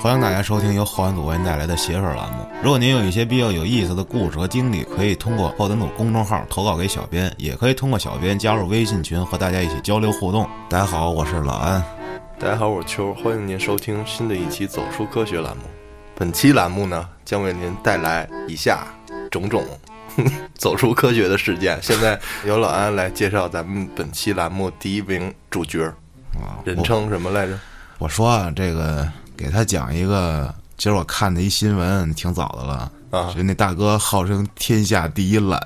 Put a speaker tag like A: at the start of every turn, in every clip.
A: 欢迎大家收听由后端组为您带来的“邪事儿”栏目。如果您有一些比较有意思的故事和经历，可以通过后端组公众号投稿给小编，也可以通过小编加入微信群和大家一起交流互动。大家好，我是老安。
B: 大家好，我是秋，欢迎您收听新的一期《走出科学》栏目。本期栏目呢，将为您带来以下种 种走出科学的事件。现在由老安来介绍咱们本期栏目第一名主角，
A: 啊，
B: 人称什么来着？
A: 我我说啊，这个给他讲一个，今儿我看的一新闻，挺早的了。
B: 啊
A: 就那大哥号称天下第一懒，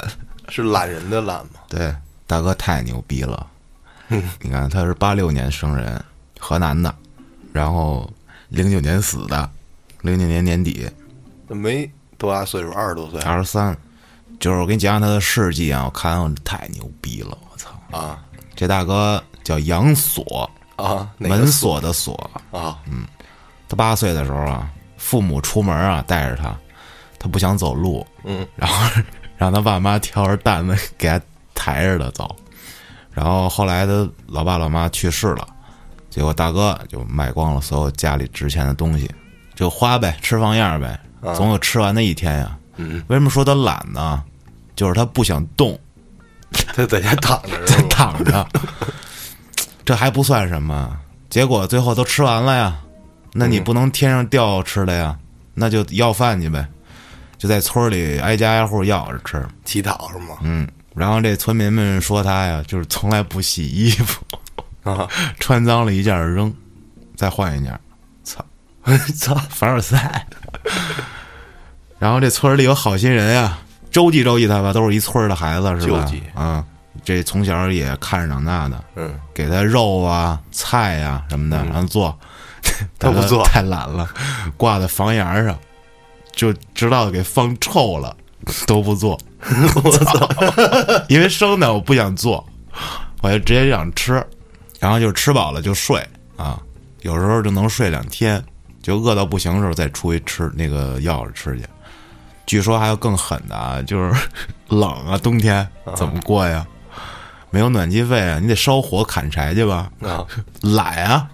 B: 是懒人的懒吗？
A: 对，大哥太牛逼 了。
B: 嗯
A: 你看他是八六年生人，河南的，然后零九年死的，零九年年底，
B: 没多大岁数，二十多岁啊
A: 二十三。就是我给你讲讲他的事迹啊，我看完我太牛逼了，我操！
B: 啊
A: 这大哥叫杨锁，
B: 啊，哪
A: 门
B: 个
A: 锁的锁。
B: 啊？
A: 他八岁的时候啊，父母出门啊带着他，他不想走路，
B: 嗯，
A: 然后让他爸妈挑着担子给他抬着的走，然后后来他老爸老妈去世了，结果大哥就卖光了所有家里值钱的东西，就花呗吃放样呗，总有吃完的一天呀、
B: 啊嗯，
A: 为什么说他懒呢？就是他不想动，
B: 他在家躺着
A: 他
B: 是吗？
A: 躺着，这还不算什么，结果最后都吃完了呀，那你不能天上掉吃的呀，那就要饭去呗，就在村里挨家挨户要着吃，
B: 乞讨是吗？
A: 嗯，然后这村民们说他呀，就是从来不洗衣服，
B: 啊，
A: 穿脏了一件儿扔，再换一件儿， 操，
B: 操，
A: 凡尔赛。 然后这村儿里有好心人呀，周济周济他吧，都是一村儿的孩子是吧？
B: 救济
A: 啊、这从小也看着长大的，
B: 嗯，
A: 给他肉啊、菜呀、什么的，让他 做，
B: 他嗯不做
A: 太懒了，挂在房檐上，就直到给放臭了都不做。
B: 我操，
A: 因为生的我不想做，我就直接想吃，然后就吃饱了就睡啊，有时候就能睡两天，就饿到不行的时候再出去吃那个药着吃去。据说还有更狠的啊，就是冷啊，冬天怎么过呀？没有暖气费啊，你得烧火砍柴去吧，
B: 啊，
A: 懒啊，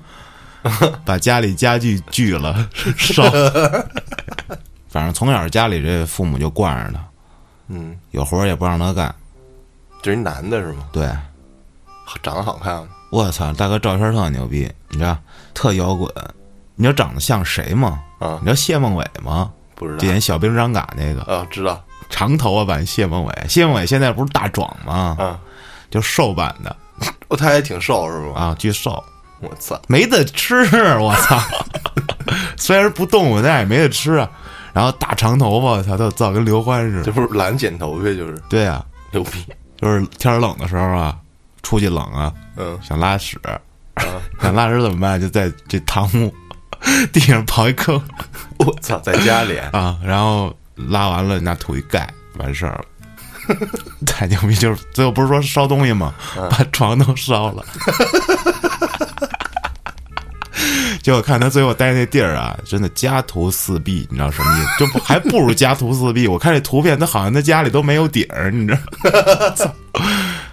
A: 把家里家具锯了烧。反正从小家里这父母就惯着他，
B: 嗯，
A: 有活儿也不让他干。
B: 这是一男的是吗？
A: 对，
B: 长得好看吗？
A: 我操，大哥照片特牛逼，你知道，特摇滚。你知道长得像谁吗？
B: 啊
A: 你知道谢梦伟吗？
B: 不知
A: 就
B: 道
A: 演小兵张嘎那个
B: 啊，知道
A: 长头发版谢梦伟。谢梦伟现在不是大壮吗？
B: 啊。
A: 就瘦版的
B: 哦，他也挺瘦是吧？
A: 啊，巨瘦，
B: 我操，
A: 没得吃，我操！虽然不动我但也没得吃啊。然后大长头发，他都造跟刘欢似的。
B: 这不是懒剪头呗，就是
A: 对啊，
B: 牛逼。
A: 就是天儿冷的时候啊，出去冷啊，
B: 嗯，
A: 想拉屎， 想拉屎怎么办？就在这堂屋地上刨一坑，
B: 我操，在家里
A: 啊，然后拉完了拿土一盖，完事儿了。 太牛逼！就是最后不是说烧东西吗？把床都烧了。 结果看他最后待那地儿啊，真的家徒四壁，你知道什么意思？就不还不如家徒四壁。我看这图片，他好像他家里都没有底儿，你知道？ 操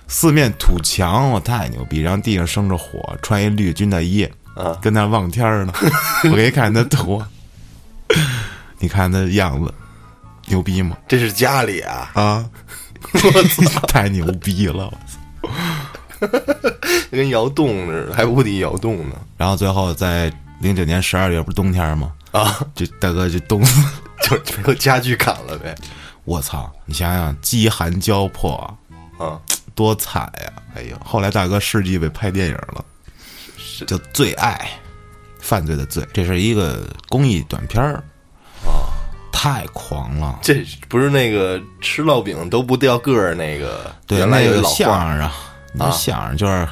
A: 四面土墙，我太牛逼！然后地上生着火，穿一绿军大衣，
B: 啊
A: 跟那望天儿呢。 我给你看他图，你看他样子，牛逼吗？
B: 这是家里啊，
A: 啊， 太牛逼了！我操
B: 跟窑洞似的，还无敌窑洞呢
A: 然后最后在零九年十二月不是冬天吗？
B: 啊，
A: 这大哥就冻死，
B: 就是没有家具砍了呗
A: 我操！你想想，饥寒交迫啊，
B: 啊，
A: 多惨呀！哎呦，后来大哥事迹被拍电影了，
B: 是
A: 叫《最爱》，犯罪的罪，这是一个公益短片儿
B: 哦
A: 啊，太狂了！
B: 这不是那个吃烙饼都不掉个儿那个，
A: 对，
B: 原来
A: 那
B: 有
A: 个
B: 老话，啊
A: 相声，啊那个相声就是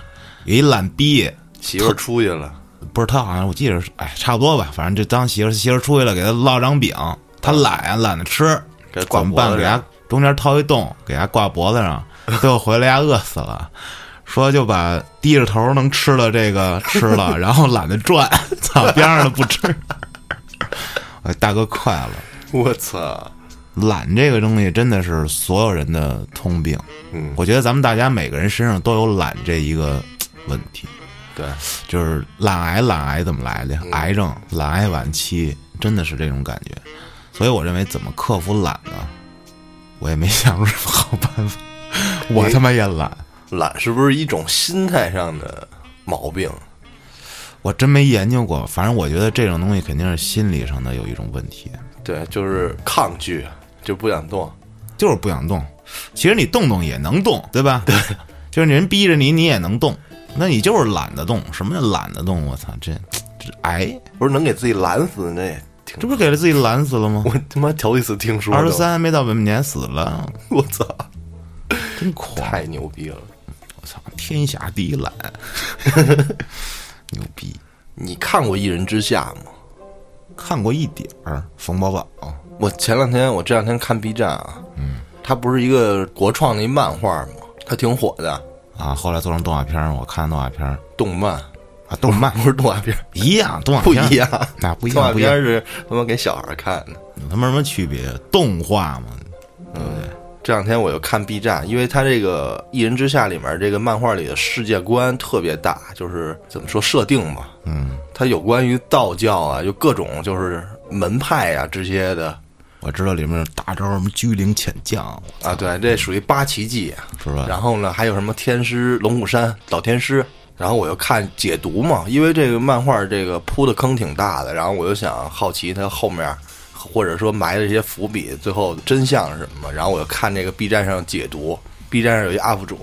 A: 有一懒逼。
B: 媳妇儿出去了，
A: 不是他好像我记着是，哎，差不多吧，反正就当媳妇儿媳妇儿出去了，给他烙张饼，他懒啊，懒得吃，
B: 给他挂
A: 怎么办？
B: 脖子
A: 给
B: 上
A: 他中间掏一洞，给他挂脖子上， 最后回来呀饿死了，说就把低着头能吃的这 个吃了，然后懒得转，操边上的不吃。哎，大哥快了，
B: 我操，
A: 懒这个东西真的是所有人的通病，
B: 嗯，
A: 我觉得咱们大家每个人身上都有懒这一个问题。
B: 对，嗯
A: 就是懒癌，懒癌怎么来的？癌症，懒癌晚期，真的是这种感觉。所以我认为怎么克服懒呢？我也没想出什么好办 法，我他妈也懒，
B: 懒是不是一种心态上的毛病？
A: 我真没研究过。反正我觉得这种东西肯定是心理上的有一种问题，
B: 对，就是抗拒，就不想动。
A: 就是不想动。其实你动动也能动，对吧？对，就是人逼着你，你也能动，那你就是懒得动。什么叫懒得动？我操，这这哎，
B: 不是能给自己懒死，那也挺
A: 这不是给了自己懒死了吗？
B: 我他妈头一次听说。
A: 二十，三还没到本命年死了，
B: 我操，
A: 真狂！
B: 太牛逼了！
A: 我操，天下第一懒， 牛逼！
B: 你看过《一人之下》吗？
A: 看过一点儿冯宝宝，
B: 我前两天，我这两天看 B 站啊，嗯，它不是一个国创的一漫画吗？它挺火的，
A: 啊，后来做成动画片儿，我看动画片儿
B: 动漫
A: 啊，动漫
B: 不是动画片，
A: 一样，动画
B: 不
A: 片儿
B: 一样，
A: 啊，不一
B: 动
A: 样，
B: 画
A: 不一样
B: 片，是他妈给小孩看的。
A: 有他妈什么区别？动画嘛，
B: 这两天我又看 B 站，因为它这个《一人之下》里面这个漫画里的世界观特别大，就是怎么说设定嘛，
A: 嗯，
B: 它有关于道教啊，就各种就是门派啊这些的
A: 我知道里面有大招什么居灵遣将，
B: 啊，对，这属于八奇迹，
A: 是吧？
B: 然后呢，还有什么天师龙虎山老天师，然后我又看解读嘛，因为这个漫画这个铺的坑挺大的，然后我又想好奇它后面或者说埋的这些伏笔，最后真相是什么，然后我又看这个 B 站上解读，B 站上有一 UP 主，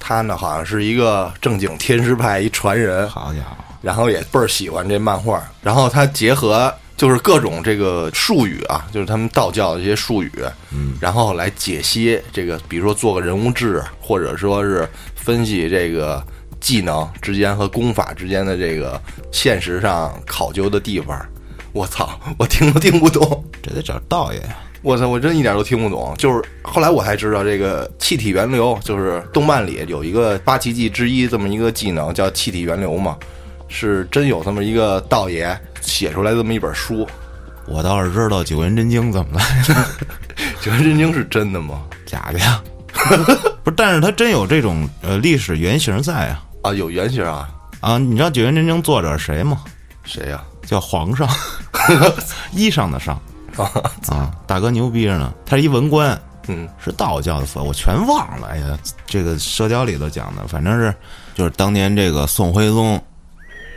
B: 他呢好像是一个正经天师派一传人，
A: 好家伙，
B: 然后也倍儿喜欢这漫画，然后他结合就是各种这个术语啊，就是他们道教的这些术语，嗯，然后来解析这个，比如说做个人物志，或者说是分析这个技能之间和功法之间的这个现实上考究的地方。我操，我听都听不懂。
A: 这得找道爷呀！
B: 我操，我真一点都听不懂。就是后来我才知道，这个气体源流就是动漫里有一个八奇技之一这么一个技能叫气体源流嘛，是真有这么一个道爷写出来这么一本书。
A: 我倒是知道《九阴真经》怎么来 的，
B: 九阴真经是真的吗？
A: 假的 呀？不是，但是它真有这种呃历史原型在啊
B: 啊，有原型啊？
A: 啊！你知道《九阴真经》作者是谁吗？
B: 谁呀、
A: 叫皇上，衣裳的裳啊，大哥牛逼着呢，他是一文官，
B: 嗯，
A: 是道教的佛，我全忘了。哎呀，这个社交里头讲的，反正是就是当年这个宋徽宗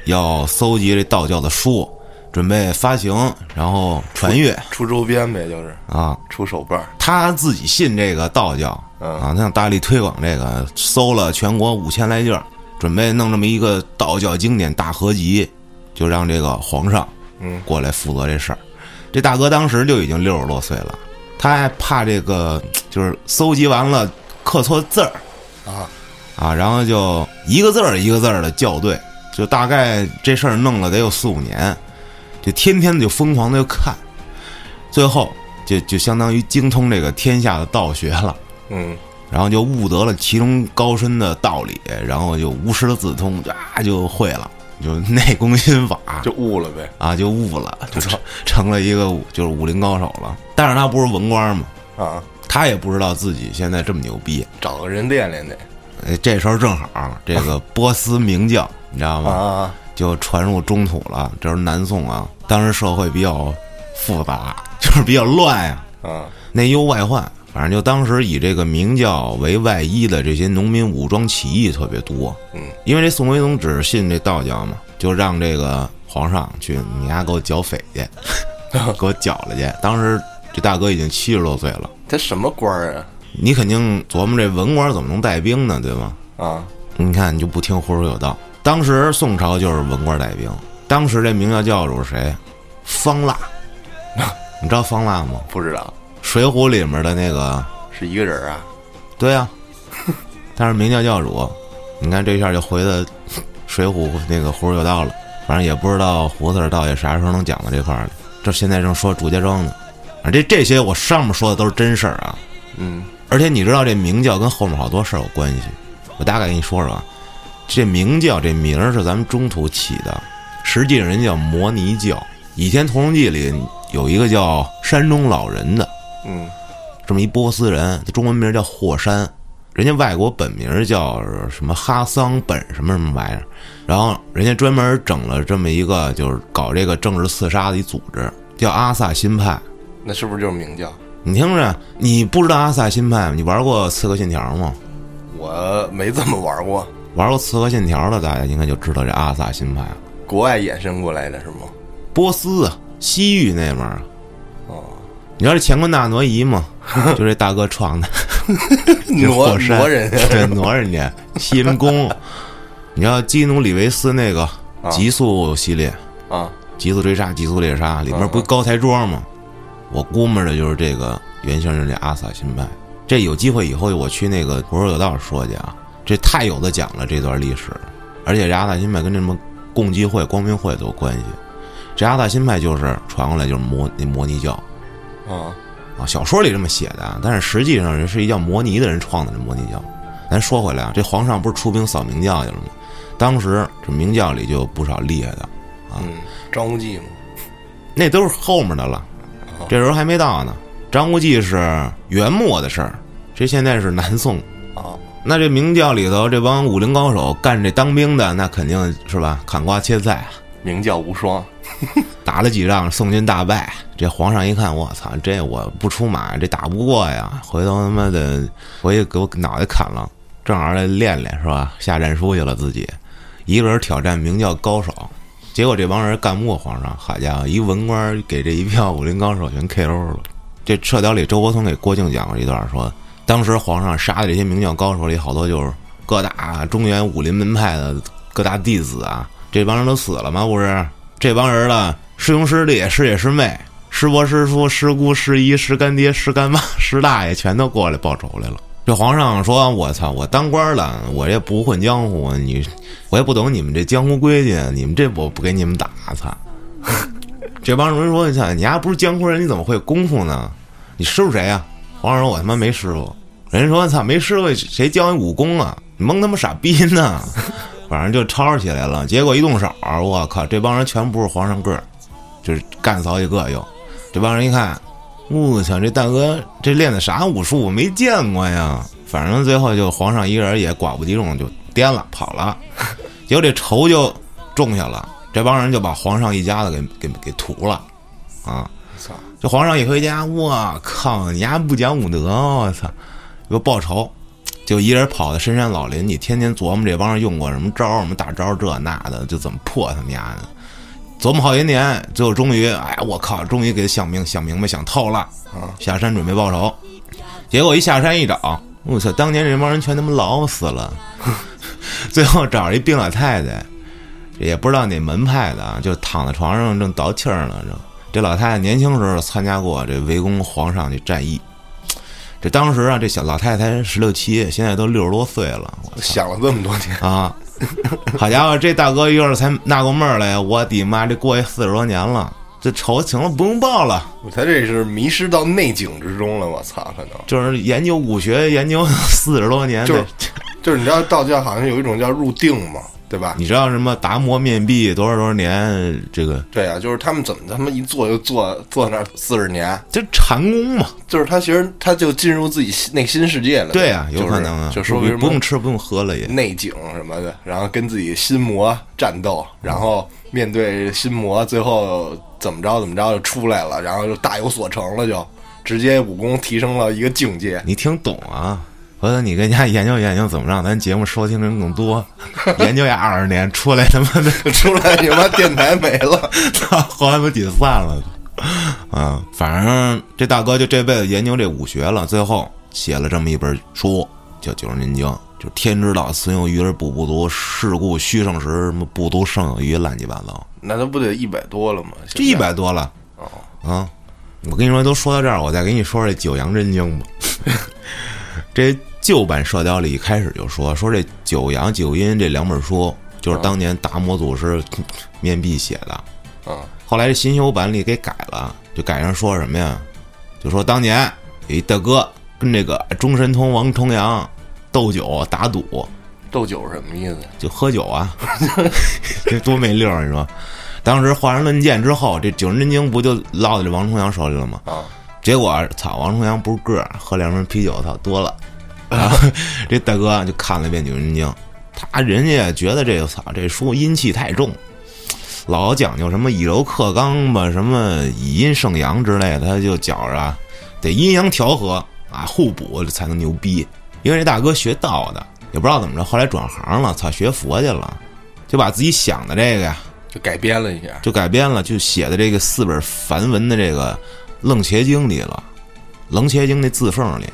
A: 要搜集这道教的书，准备发行，然后传阅
B: 出周边呗，就是
A: 啊。
B: 出手办儿。
A: 他自己信这个道教
B: 嗯
A: 啊，他想大力推广这个，搜了全国五千来地儿，准备弄这么一个道教经典大合集，就让这个皇上
B: 嗯
A: 过来负责这事儿。这大哥当时就已经六十多岁了，他还怕这个就是搜集完了刻错字儿
B: 啊，
A: 啊，然后就一个字儿一个字儿的校对，就大概这事儿弄了得有四五年，就天天就疯狂的就看，最后就就相当于精通这个天下的道学了。
B: 嗯，
A: 然后就悟得了其中高深的道理，然后就无师自通，就啊就会了，就内功心法，
B: 就悟了呗。
A: 啊，就悟了，就成啊成了一个武就是武林高手了。但是他不是文官嘛，
B: 啊，
A: 他也不知道自己现在这么牛逼。
B: 找个人练练得。
A: 哎，这时候正好这个波斯明教，你知道
B: 啊
A: 吗？
B: 啊，啊
A: 就传入中土了。这是南宋啊，当时社会比较复杂， 就是比较乱呀、
B: 啊，
A: 内忧外患。反正就当时以这个明教为外衣的这些农民武装起义特别多，
B: 嗯，
A: 因为这宋徽宗只是信这道教嘛，就让这个皇上去你丫给我剿匪去，给我剿了去。当时这大哥已经七十多岁了，
B: 他什么官儿啊？
A: 你肯定琢磨这文官怎么能带兵呢，对吗？
B: 啊，
A: 你看你就不听胡说有道。当时宋朝就是文官带兵，当时这明教教主是谁？方腊，你知道方腊吗？
B: 不知道
A: 《水浒》里面的那个
B: 是一个人啊？
A: 对呀、但是明教教主，你看这下就回的水浒 那个胡说有道了，反正也不知道胡子道爷啥时候能讲到这块儿了。这现在正说祝家庄呢，反正这这些我上面说的都是真事儿啊。
B: 嗯，
A: 而且你知道这明教跟后面好多事儿有关系，我大概跟你说说啊。这明教这名儿是咱们中土起的，实际人家叫摩尼教。倚天屠龙记里有一个叫山中老人的，
B: 嗯，
A: 这么一波斯人，他中文名叫霍山，人家外国本名叫什么哈桑本什么什么玩意儿，然后人家专门整了这么一个就是搞这个政治刺杀的一组织，叫阿萨辛派。
B: 那是不是就是明教？
A: 你听着，你不知道阿萨辛派吗？你玩过《刺客信条》吗？
B: 我没怎么玩过，
A: 玩过《刺客信条》的，大家应该就知道这阿萨辛派了。
B: 国外衍生过来的是吗？
A: 波斯啊，西域那边啊，
B: 哦，
A: 你知道这乾坤大挪移吗？就这大哥创的，这
B: 挪
A: 火山
B: 挪人
A: 对，挪人家西人宫。你要基努里维斯那个极速系列，
B: 啊，
A: 极速追杀、极速猎杀里面不是高台桌吗？我估摸着就是这个原型是这阿萨辛派。这有机会以后我去那个《火说有道》说去啊，这太有的讲了这段历史，而且这阿萨辛派跟什么共济会、光明会都有关系。这阿萨辛派就是传过来就是摩那摩尼教
B: 啊，
A: 啊，小说里这么写的啊，但是实际上人是一叫摩尼的人创的这摩尼教。咱说回来啊，这皇上不是出兵扫明教去了吗？当时这明教里就有不少厉害的，
B: 嗯，张无忌嘛，
A: 那都是后面的了
B: 哦，
A: 这时候还没到呢。张无忌是元末的事儿，这现在是南宋。
B: 啊，
A: 那这明教里头这帮武林高手干这当兵的，那肯定是吧，砍瓜切菜，啊
B: 明教无双，
A: 打了几仗，宋军大败。这皇上一看，我操，这我不出马，这打不过呀，回头他妈的回去给我脑袋砍了，正好来练练是吧？下战书去了自己，一个人挑战明教高手，结果这帮人干不过皇上，好家伙，一文官给这一票武林高手全 KO 了。这社屌里周伯通给郭靖讲过一段说当时皇上杀的这些明教高手里，好多就是各大中原武林门派的各大弟子啊，这帮人都死了吗？不是，这帮人了，师兄师弟、师姐师妹、师伯师叔、师姑师姨、师干爹、师干妈、 师大爷，全都过来报仇来了。这皇上说：“我操，我当官了，我也不混江湖，你我也不懂你们这江湖规矩，你们这我不给你们打，操！”这帮人说：“你想，你丫不是江湖人，你怎么会有功夫呢？你师傅谁啊呀、皇上说：“我他妈没师傅。”人家说：“操，没师傅谁教你武功啊？你蒙他妈傻逼呢！” 反正就吵吵起来了。结果一动手，我靠，这帮人全不是皇上个儿，就是干死好几个又。这帮人一看，我操，这大哥这练的啥武术？我没见过呀。反正最后就皇上一人也寡不敌众，就颠了跑了。结果这仇就种下了，这帮人就把皇上一家子给给给屠了，啊！
B: 操，
A: 这皇上一回家，我靠，你丫不讲武德，我操，给我报仇，就一人跑到深山老林里，天天琢磨这帮人用过什么招儿，什么大招儿这那的，就怎么破他们丫的。琢磨好些年，最后终于，哎，我靠，终于给他想明想明白想透了
B: 啊！
A: 下山准备报仇，结果一下山一找，我操，当年这帮人全他妈老死了。 最后找着一病老太太，也不知道哪门派的啊，就躺在床上正倒气儿呢。正这老太太年轻时候参加过这围攻皇上的战役，这当时啊，这小老太太才十六七，现在都六十多岁 了，我操
B: 想了这么多年，
A: 啊！好家伙，这大哥一会儿才纳过闷儿来，我的妈，这过去四十多年了，这仇行了不用报了。
B: 他这是迷失到内景之中了，我操，可能
A: 就是研究武学研究四十多年，
B: 就是就是你知道道教好像有一种叫入定嘛，对吧？
A: 你知道什么达摩面壁多少多少年，这个
B: 对啊，就是他们怎么他妈一坐就坐坐那儿四十年，
A: 这禅功嘛？
B: 就是他其实他就进入自己心内心世界了。
A: 对啊，
B: 就是
A: 有可能啊，
B: 就说为什
A: 不
B: 么
A: 不用吃不用喝了也。
B: 内景什么的，然后跟自己心魔战斗，然后面对心魔，最后怎么着怎么着就出来了，然后就大有所成了就，直接武功提升了一个境界。
A: 你挺懂啊，回头你跟人家研究研究怎么让咱节目收听人更 多，研究一下二十年出来他妈的
B: 出来你妈电台没了，
A: 操，后来不解散了都啊，反正这大哥就这辈子研究这武学了，最后写了这么一本书，叫《九十年经》，就天之道，损有余而补不足，是故虚胜时，什么不足胜有余，乱七八糟。
B: 那他不得一百多了吗？
A: 这一百多了。啊，我跟你说，都说到这儿，我再给你说说这九阳真经吧。这旧版《射雕》里一开始就说说这九阳九阴这两本书，就是当年达摩祖师面壁写的。
B: 啊
A: 后来这新修版里给改了，就改成说什么呀？就说当年有一大哥跟这个中神通王重阳斗酒打赌，
B: 斗酒什么意思？
A: 就喝酒啊， 这多没溜儿！你说，当时华山论剑之后，这《九人真经》不就落在这王重阳手里了吗？
B: 啊，
A: 结果操，王重阳不是个儿，喝两瓶啤酒，操多了。然后 这大哥就看了一遍《九人真经》，他人家也觉得这个操这书阴气太重，老讲究什么以柔克刚吧，什么以阴胜阳之类的，他就觉着啊，得阴阳调和啊，互补才能牛逼。因为这大哥学道的，也不知道怎么着，后来转行了，操，学佛去了，就把自己想的这个呀，
B: 就改编了一下。
A: 就改编了，就写的这个四本梵文的这个《楞伽经》里了，《楞伽经》那字缝里，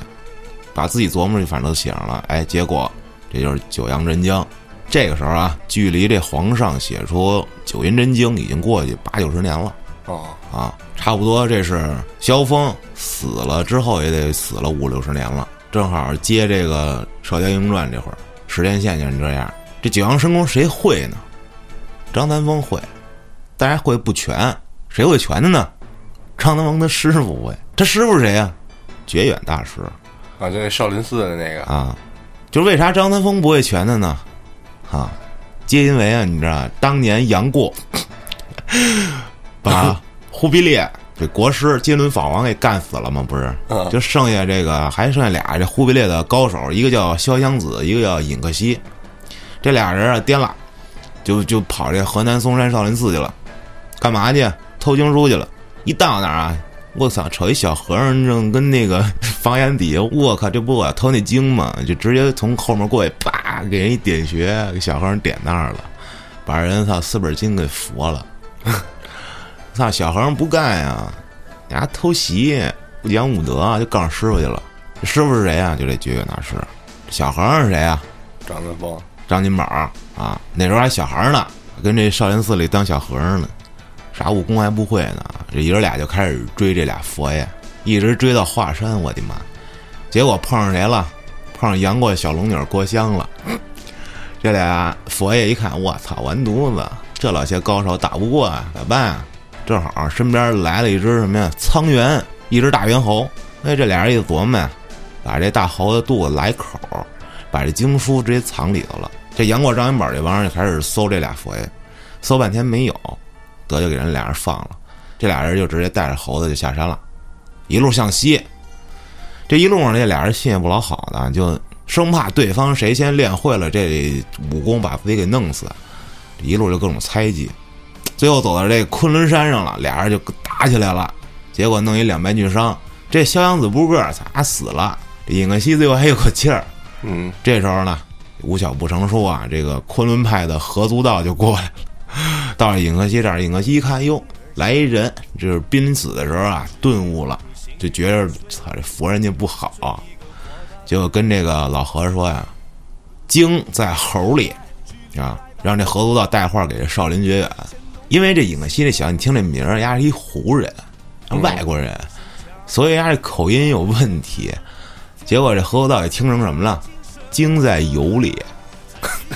A: 把自己琢磨的反正都写上了。哎，结果这就是九阳真经。这个时候啊，距离这皇上写出《九阴真经》已经过去八九十年了
B: 哦，
A: 啊，差不多这是萧峰死了之后也得死了五六十年了，正好接这个《射雕英雄传》这会儿时间线就是这样。这九阳神功谁会呢？张三丰会，但是会不全，谁会全的呢？张三丰他师傅会，他师傅是谁呀、觉远大师
B: 啊，就那少林寺的那个，
A: 啊。就是为啥张三丰不会全的呢？啊，皆因为啊，你知道，当年杨过把忽必烈这国师金轮法王给干死了嘛，不是？
B: 嗯
A: 就剩下这个，还剩下俩这忽必烈的高手，一个叫萧湘子，一个叫尹克西。这俩人啊，颠了，就就跑这河南嵩山少林寺去了，干嘛去？偷经书去了。一到那儿啊，我操，瞅一小和尚正跟那个 房檐底下，我靠，这不我要偷那经吗？就直接从后面过去，啪，给人一点穴，给小和尚点那儿了，把人操四本经给佛了。 操，小和尚不干呀、人家偷袭，不讲武德啊，就告诉师傅去了。这师傅是谁啊？就这觉远大师。这小和尚是谁啊？
B: 张三丰。
A: 张金宝啊，那时候还小孩儿呢，跟这少林寺里当小和尚呢，啥武功还不会呢。这爷儿俩就开始追这俩佛爷，一直追到华山，我的妈！结果碰上谁了？碰上杨过小龙女郭襄了。这俩佛爷一看，我操，完犊子！这老些高手打不过啊，咋办啊？正好身边来了一只什么呀？苍猿，一只大猿猴。哎，这俩人一琢磨呀，把这大猴子肚子来口儿，把这经书直接藏里头了。这杨过、张元宝这帮人就开始搜这俩佛爷，搜半天没有，得就给人俩人放了。这俩人就直接带着猴子就下山了，一路向西。这一路上这俩人信也不老好的，就生怕对方谁先练会了这武功，把自己给弄死。一路就各种猜忌，最后走到这昆仑山上了，俩人就打起来了，结果弄一两败俱伤。这萧阳子不个儿，咋死了？这尹克西最后还有口气儿，
B: 嗯，
A: 这时候呢，无巧不成书啊，这个昆仑派的合族道就过来了，到了尹克西这儿，尹克西一看，哟，来一人，这是濒死的时候啊，顿悟了，就觉着操这佛人家不好，就跟这个老和尚说呀，经在猴里啊，让这合族道带话给这少林觉远，因为这尹克西这小，你听这名儿，丫是一胡人，啊外国人，所以丫这口音有问题。结果这合族道给听成什么了？精在油里。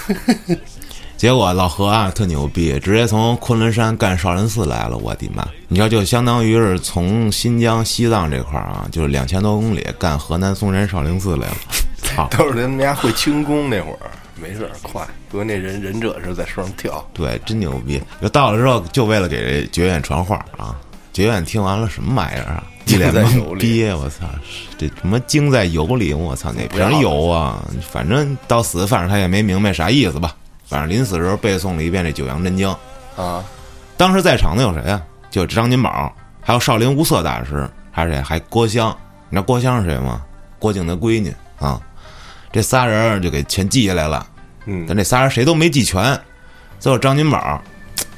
A: 结果老何啊特牛逼，直接从昆仑山干少林寺来了，我的妈！你知道，就相当于是从新疆、西藏这块儿啊，就是两千多公里干河南嵩山少林寺来了。操！
B: 都是他们家会轻功那会儿，没事儿快，不过那忍忍者是在树上跳，
A: 对，真牛逼！就到了之后，就为了给这觉远传话啊。觉远听完了什么玩意儿啊？一脸
B: 精在油
A: 懵
B: 里
A: 逼，我操！这什么精在油里？我操，哪瓶油啊？反正到死，反正他也没明白啥意思吧。反正临死的时候背诵了一遍这《九阳真经》。
B: 啊，
A: 当时在场的有谁啊？就张金宝，还有少林无色大师，还有谁？还郭襄。你知道郭襄是谁吗？郭靖的闺女啊。这仨人儿就给全记下来了。
B: 嗯
A: 但这仨人谁都没记全。最后张金宝，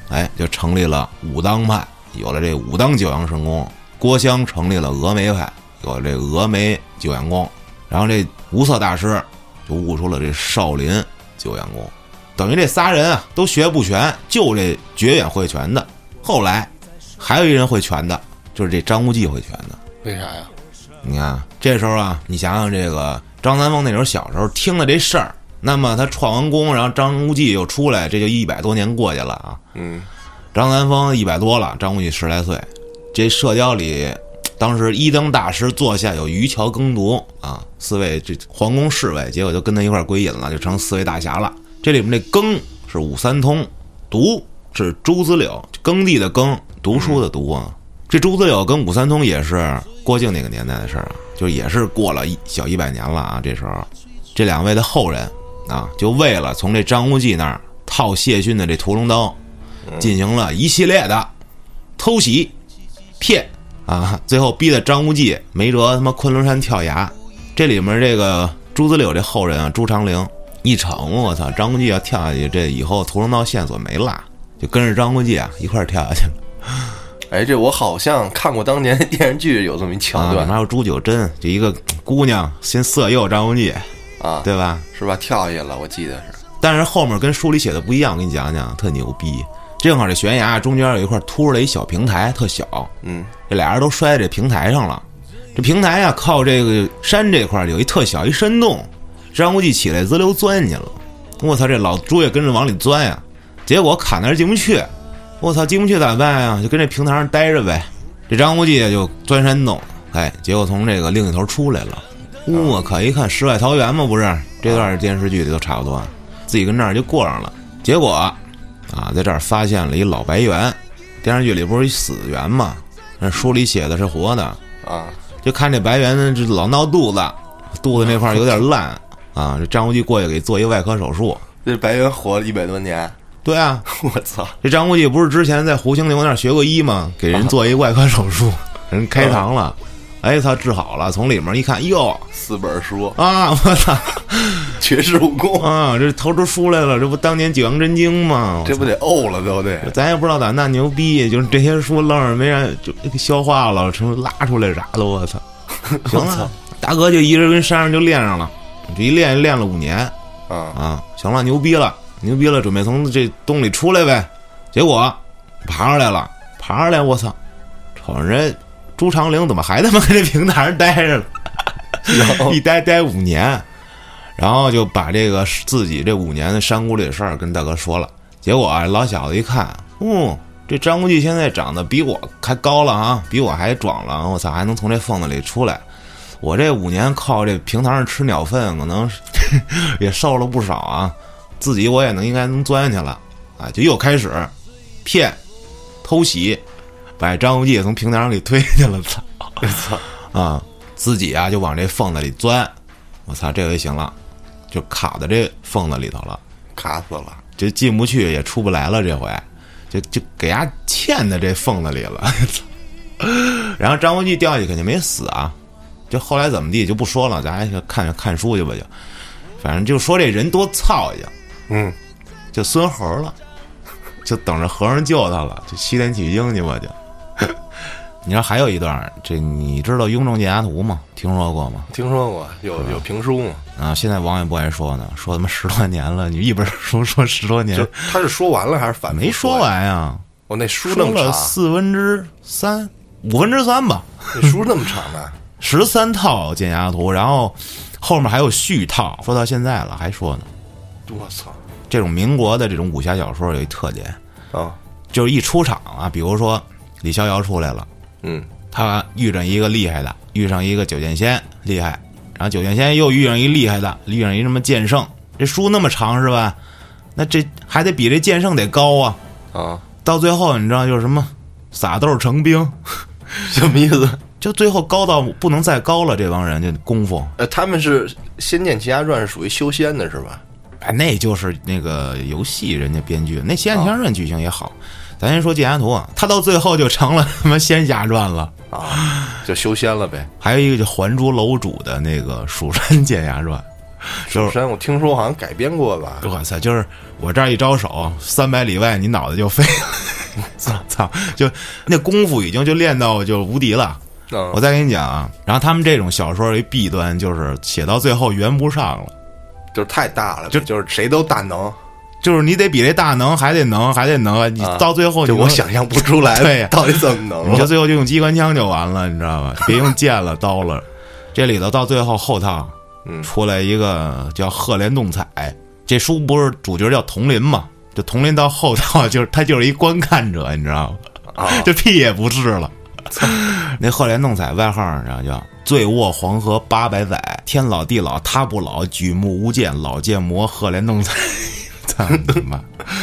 A: 哎，就成立了武当派，有了这武当九阳神功；郭襄成立了峨眉派，有了这峨眉九阳功；然后这无色大师就悟出了这少林九阳功。等于这仨人啊都学不全，就这觉远会拳的。后来还有一人会拳的，就是这张无忌会拳的。
B: 为啥呀？
A: 你看这时候啊，你想想这个张三丰那时候小时候听了这事儿，那么他创完功，然后张无忌又出来，这就一百多年过去了啊。
B: 嗯，
A: 张三丰一百多了，张无忌十来岁。这《射雕》里，当时一灯大师座下有渔樵耕读啊，四位这皇宫侍卫，结果就跟他一块儿归隐了，就成四位大侠了。这里面这耕是武三通，读是朱子柳，耕地的耕，读书的读啊。这朱子柳跟武三通也是郭靖那个年代的事儿啊，就也是过了一小一百年了啊。这时候，这两位的后人啊，就为了从这张无忌那儿套谢逊的这屠龙刀，进行了一系列的偷袭、骗啊，最后逼得张无忌没辙，他妈昆仑山跳崖。这里面这个朱子柳这后人啊，朱长龄一逞，我操，张无忌要跳下去，这以后屠龙刀线索没落，就跟着张无忌啊一块儿跳下去了。
B: 哎，这我好像看过当年电视剧有这么一桥
A: 啊，里面
B: 段
A: 还有朱九真，就一个姑娘先色诱张无忌，
B: 啊，
A: 对吧？
B: 是吧？跳下去了，我记得是。
A: 但是后面跟书里写的不一样，我给你讲讲，特牛逼。正好这悬崖中间有一块凸出来一小平台，特小，
B: 嗯，
A: 这俩人都摔在这平台上了。这平台啊，靠这个山这块儿有一特小一山洞，张无忌起来滋溜钻进去了。我操，这老朱也跟着往里钻呀、结果卡那儿进不去。我操，进不去咋办啊呀？就跟这平台上待着呗。这张无忌也就钻山洞，哎，结果从这个另一头出来了。我靠！一看世外桃源嘛，不是这段电视剧里都差不多，啊自己跟这儿就过上了。结果啊，在这儿发现了一老白猿，电视剧里不是一死猿嘛，那书里写的是活的，
B: 啊，
A: 就看这白猿呢，这老闹肚子，肚子那块儿有点烂啊。这张无忌过去给做一个外科手术。
B: 这白猿活了一百多年，
A: 对啊，
B: 我操！
A: 这张无忌不是之前在胡青牛那儿学过医吗？给人做一外科手术，人开膛了，哎，他治好了。从里面一看，哟
B: 四本书，
A: 啊，我操
B: 绝世武功，
A: 啊，这头出书来了，这不当年《九阳真经》吗？
B: 这不得呕了都得。
A: 咱也不知道咋那牛逼，就是这些书愣是没让就给消化了，成拉出来啥的，我操！行了，大哥就一人跟山上就练上了，这一练就练了五年
B: 啊
A: 啊，行了，牛逼了，牛逼了，准备从这洞里出来呗。结果爬上来了，爬上来，我操！瞅人家朱长龄怎么还他妈跟这平台上待着呢？一待待五年，然后就把这个自己这五年的山谷里的事儿跟大哥说了。结果啊，老小子一看，嗯，这张无忌现在长得比我还高了啊，比我还壮了，我操，还能从这缝子里出来。我这五年靠这平台上吃鸟粪，可能是 也瘦了不少啊。自己我也能应该能钻下去了啊，就又开始骗、偷袭，把张无忌从平台上给推下去了，操！
B: 操！
A: 啊，自己啊就往这缝子里钻，我操，这回行了，就卡在这缝子里头了，
B: 卡死了。
A: 就进不去也出不来了，这回就就给伢嵌在这缝子里了。 然后张无忌掉下去肯定没死啊，就后来怎么地就不说了，咱还是看看书去吧就，反正就说这人多操性，
B: 嗯，
A: 就孙猴了，就等着和尚救他了，就西天取经去吧就。 你知道还有一段儿，这你知道《雍正剑侠图》吗？听说过吗？
B: 听说过有有评书嘛？
A: 啊，现在网友不爱说呢，说他妈十多年了，你一本书说十多
B: 就
A: 年，
B: 他是说完了还是反复
A: 没说
B: 呀？
A: 完呀、
B: 我那书那
A: 说
B: 么
A: 了
B: 长，
A: 四分之三、五分之三吧，
B: 那书那么长呢？
A: 十三套《剑侠图》，然后后面还有续套，说到现在了还说呢。
B: 我操！
A: 这种民国的这种武侠小说有一特点，
B: 啊，
A: 就是一出场啊，比如说李逍遥出来了，
B: 嗯，
A: 他遇上一个厉害的，遇上一个九剑仙厉害，然后九剑仙又遇上一厉害的，遇上一什么剑圣。这书那么长是吧？那这还得比这剑圣得高啊！
B: 啊，
A: 到最后你知道就是什么撒豆成兵，
B: 什么意 思？
A: 就最后高到不能再高了。这帮人这功夫，
B: 呃，他们是《仙剑奇侠传》是属于修仙的是吧？
A: 哎，那就是那个游戏人家编剧那《仙侠传》剧情也好。咱先说《剑侠图》啊，他到最后就成了什么《仙侠传》了。
B: 啊，就修仙了呗。
A: 还有一个就《还珠楼主》的那个《蜀山剑侠传》，就是
B: 山，我听说好像改编过吧？
A: 我操！就是我这儿一招手，三百里外你脑袋就飞了。操操！就那功夫已经就练到就无敌了。
B: 嗯
A: 我再跟你讲啊，然后他们这种小说有一弊端，就是写到最后圆不上了，
B: 就是太大了，就就是谁都大能，
A: 哦就是你得比这大能还得能还得能，你
B: 啊
A: 到最后你
B: 就
A: 就
B: 我想象不出来
A: 对呀
B: 到底怎么能
A: 你就
B: 了。
A: 最后就用机关枪就完了，你知道吧？ 别用剑了、刀了。这里头到最后后套
B: 嗯
A: 出来一个叫赫连洞彩，这书不是主角叫佟林嘛？这佟林到后套就是 他就是一观看者，你知道吗？
B: 啊，
A: 这屁也不是了。 那赫连弄彩外号儿上叫“醉卧黄河八百载，天老地老他不老，举目无见老剑魔赫连弄彩”， 操你妈！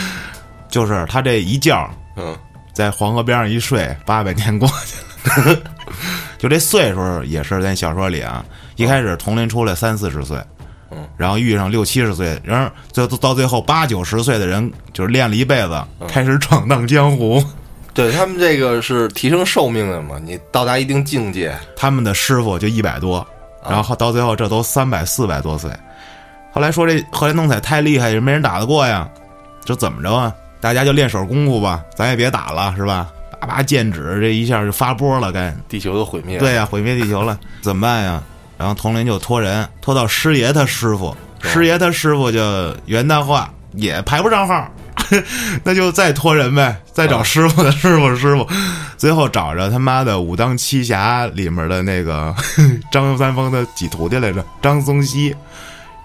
A: 就是他这一觉儿
B: 嗯，
A: 在黄河边上一睡，八百年过去了。 就这岁数也是咱小说里啊，一开始佟林出来三四十岁，
B: 嗯，
A: 然后遇上六七十岁，然而最后到最后八九十岁的人，就是练了一辈子，开始闯荡江湖。
B: 对他们这个是提升寿命的嘛，你到达一定境界，
A: 他们的师傅就一百多，然后到最后这都三百四百多岁。后来说这后来弄彩太厉害，也没人打得过呀，这怎么着啊？大家就练手功夫吧，咱也别打了，是吧？叭叭剑指，这一下就发波了，该
B: 地球的毁灭，
A: 对呀、毁灭地球了，怎么办呀？然后佟林就托人托到师爷他师傅，师爷他师傅就袁大化也排不上号， 那就再托人呗，再找师傅的师傅师傅，最后找着他妈的《武当七侠》里面的那个 张三丰的几徒弟来着，张僧西，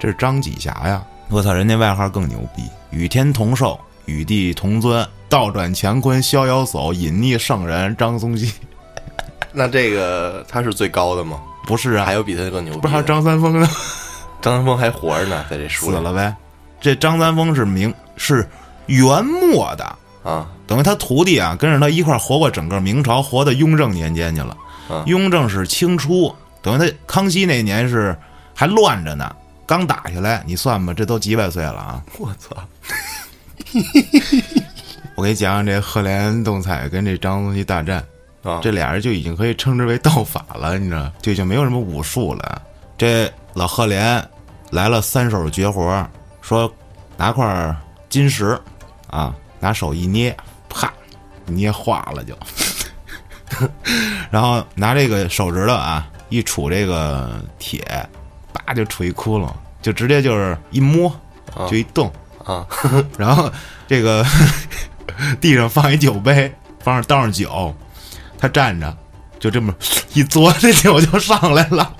A: 这是张几侠呀？我操，人家外号更牛逼，与天同寿，与地同尊，倒转乾坤，逍遥叟，隐匿圣人张僧西，
B: 那这个他是最高的吗？
A: 不是啊
B: 还？有比他更牛逼的？
A: 不是还有张三丰 呢？
B: 张三丰还活着呢，在这书
A: 死
B: 里
A: 了呗。这张三丰是明是元末的，
B: 啊，
A: 等于他徒弟啊跟着他一块儿活过整个明朝，活到雍正年间去了。
B: 嗯
A: 雍正是清初，等于他康熙那年是还乱着呢，刚打下来，你算吧，这都几百岁了啊！
B: 我操，
A: 我给你讲讲这赫连动彩跟这张东西大战，
B: 啊，
A: 这俩人就已经可以称之为道法了，你知道，就已经没有什么武术了。这老赫连来了三手绝活，说拿块金石啊，拿手一捏，啪，捏化了就。 然后拿这个手指头啊一杵这个铁，叭就杵一窟窿，就直接就是一摸就一动，
B: 啊，
A: 然后这个 地上放一酒杯，放上倒上酒，他站着，就这么一嘬， 这酒就上来了。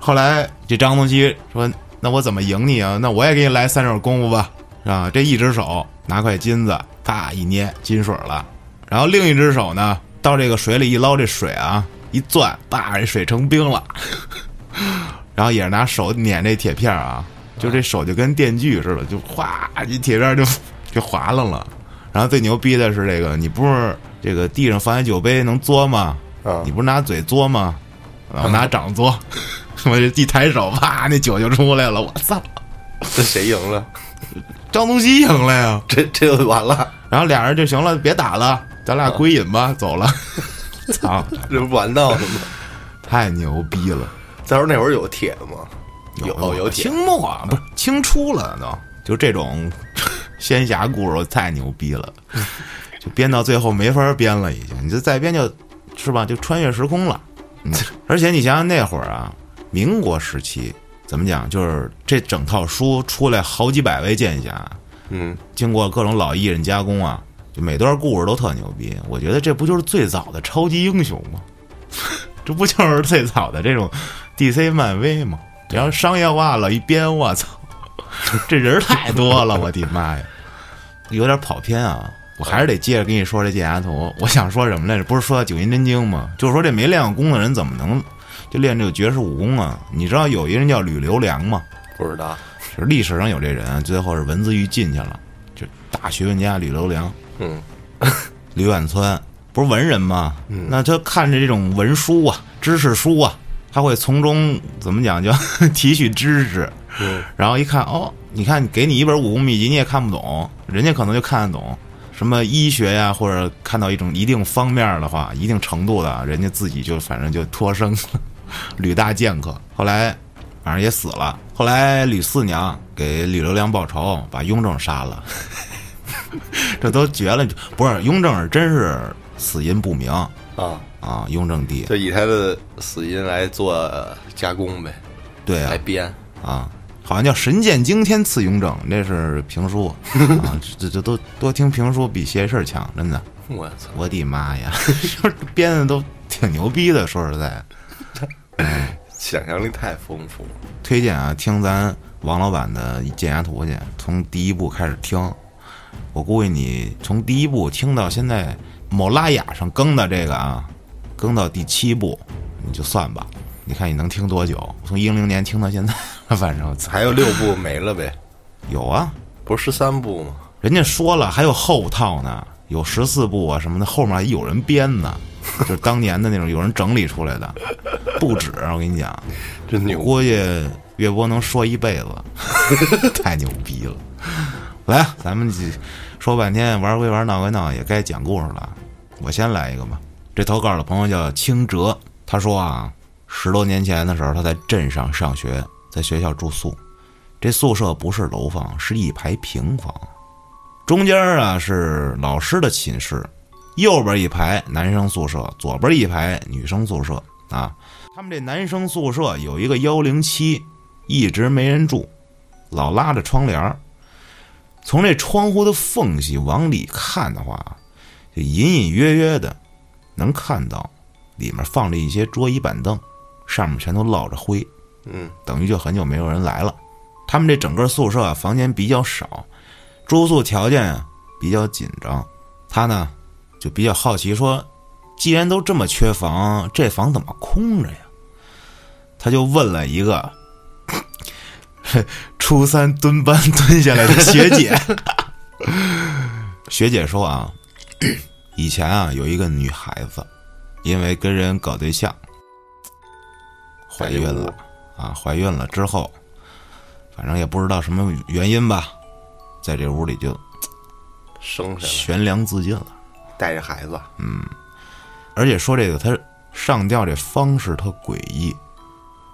A: 后来这张东西说：“那我怎么赢你啊？那我也给你来三手功夫吧。”啊，这一只手拿块金子，啪一捏，金水了。然后另一只手呢，到这个水里一捞，这水啊一攥，叭，这水成冰了。 然后也是拿手捻这铁片儿啊，就这手就跟电锯似的，就哗，这铁片儿就就划楞了。然后最牛逼的是这个，你不是这个地上放一酒杯能嘬吗？
B: 啊
A: 你不是拿嘴嘬吗？然后拿掌嘬， 我这一抬手，啪，那酒就出来了。我操，
B: 这谁赢了？
A: 张东西赢了呀！
B: 这这就完了，
A: 然后俩人就行了，别打了，咱俩归隐吧，走了。 操，
B: 这不完蛋了吗？
A: 太牛逼了！
B: 再说那会儿有铁吗？有
A: 有
B: 哦有铁
A: 清，末啊不是清初了都，就这种 仙侠故事我太牛逼了，就编到最后没法编了，已经，你这再编就是吧，就穿越时空了。嗯，而且你想想那会儿啊，民国时期怎么讲，就是这整套书出来好几百位剑侠，
B: 嗯，
A: 经过各种老艺人加工啊，就每段故事都特牛逼。我觉得这不就是最早的超级英雄吗？ 这不就是最早的这种 DC 漫威吗？然后商业化了一编，我操， 这人儿太多了，我的妈呀，有点跑偏啊。我还是得接着跟你说这剑侠图。我想说什么来着？不是说到九阴真经吗？就是说这没练过功的人怎么能就练这个绝世武功啊？你知道有一人叫吕留良吗？
B: 不知道，
A: 就是历史上有这人，最后是文字狱进去了，就大学问家吕留良、
B: 嗯，
A: 吕远川，不是文人吗？那他看着这种文书啊、知识书啊，他会从中怎么讲，就 提取知识。
B: 嗯
A: 然后一看，哦，你看给你一本武功秘籍，你也看不懂，人家可能就看得懂。什么医学呀，或者看到一种一定方面的话，一定程度的，人家自己就反正就脱生了。 吕大剑客后来反正也死了。后来吕四娘给吕留良报仇，把雍正杀了。 这都绝了，不是雍正是真是死因不明
B: 啊，
A: 啊，雍正帝
B: 就以他的死因来做加工呗，
A: 对啊
B: 来编，
A: 啊，好像叫神剑惊天赐雍正，那是评书啊，这这这都多听评书比邪事儿强，真的，
B: 我操，
A: 我的妈呀， 就是编的都挺牛逼的，说实在，
B: 想象力太丰富了，
A: 推荐啊，听咱王老板的《剑侠图》去，从第一部开始听。我估计你从第一部听到现在某拉雅上更的这个啊，更到第七部，你就算吧，你看你能听多久？从一零年听到现在， 反正操
B: 还有六部没了呗，
A: 有啊，
B: 不是十三部吗？
A: 人家说了还有后套呢，有十四部啊什么的，后面还有人编呢， 就是当年的那种有人整理出来的，不止。我跟你讲，
B: 真
A: 我
B: 牛，
A: 估计岳波能说一辈子，太牛逼了。来，咱们几说半天玩归玩，闹归闹，也该讲故事了。我先来一个吧。这投稿的朋友叫清哲，他说啊，十多年前的时候，他在镇上上学，在学校住宿。这宿舍不是楼房，是一排平房，中间啊是老师的寝室，右边一排男生宿舍，左边一排女生宿舍啊。他们这男生宿舍有一个幺零七，一直没人住，老拉着窗帘儿。从这窗户的缝隙往里看的话，就隐隐约约的能看到里面放着一些桌椅板凳，上面全都落着灰，
B: 嗯，
A: 等于就很久没有人来了。他们这整个宿舍啊，房间比较少，住宿条件啊比较紧张。他呢就比较好奇说，既然都这么缺房，这房怎么空着呀？他就问了一个 初三蹲班蹲下来的学姐。 学姐说啊，以前啊有一个女孩子，因为跟人搞对象，怀孕了啊，怀孕了之后，反正也不知道什么原因吧，在这屋里就
B: 生下
A: 悬梁自尽了。
B: 来，带着孩子，
A: 而且说这个他上吊这方式特诡异，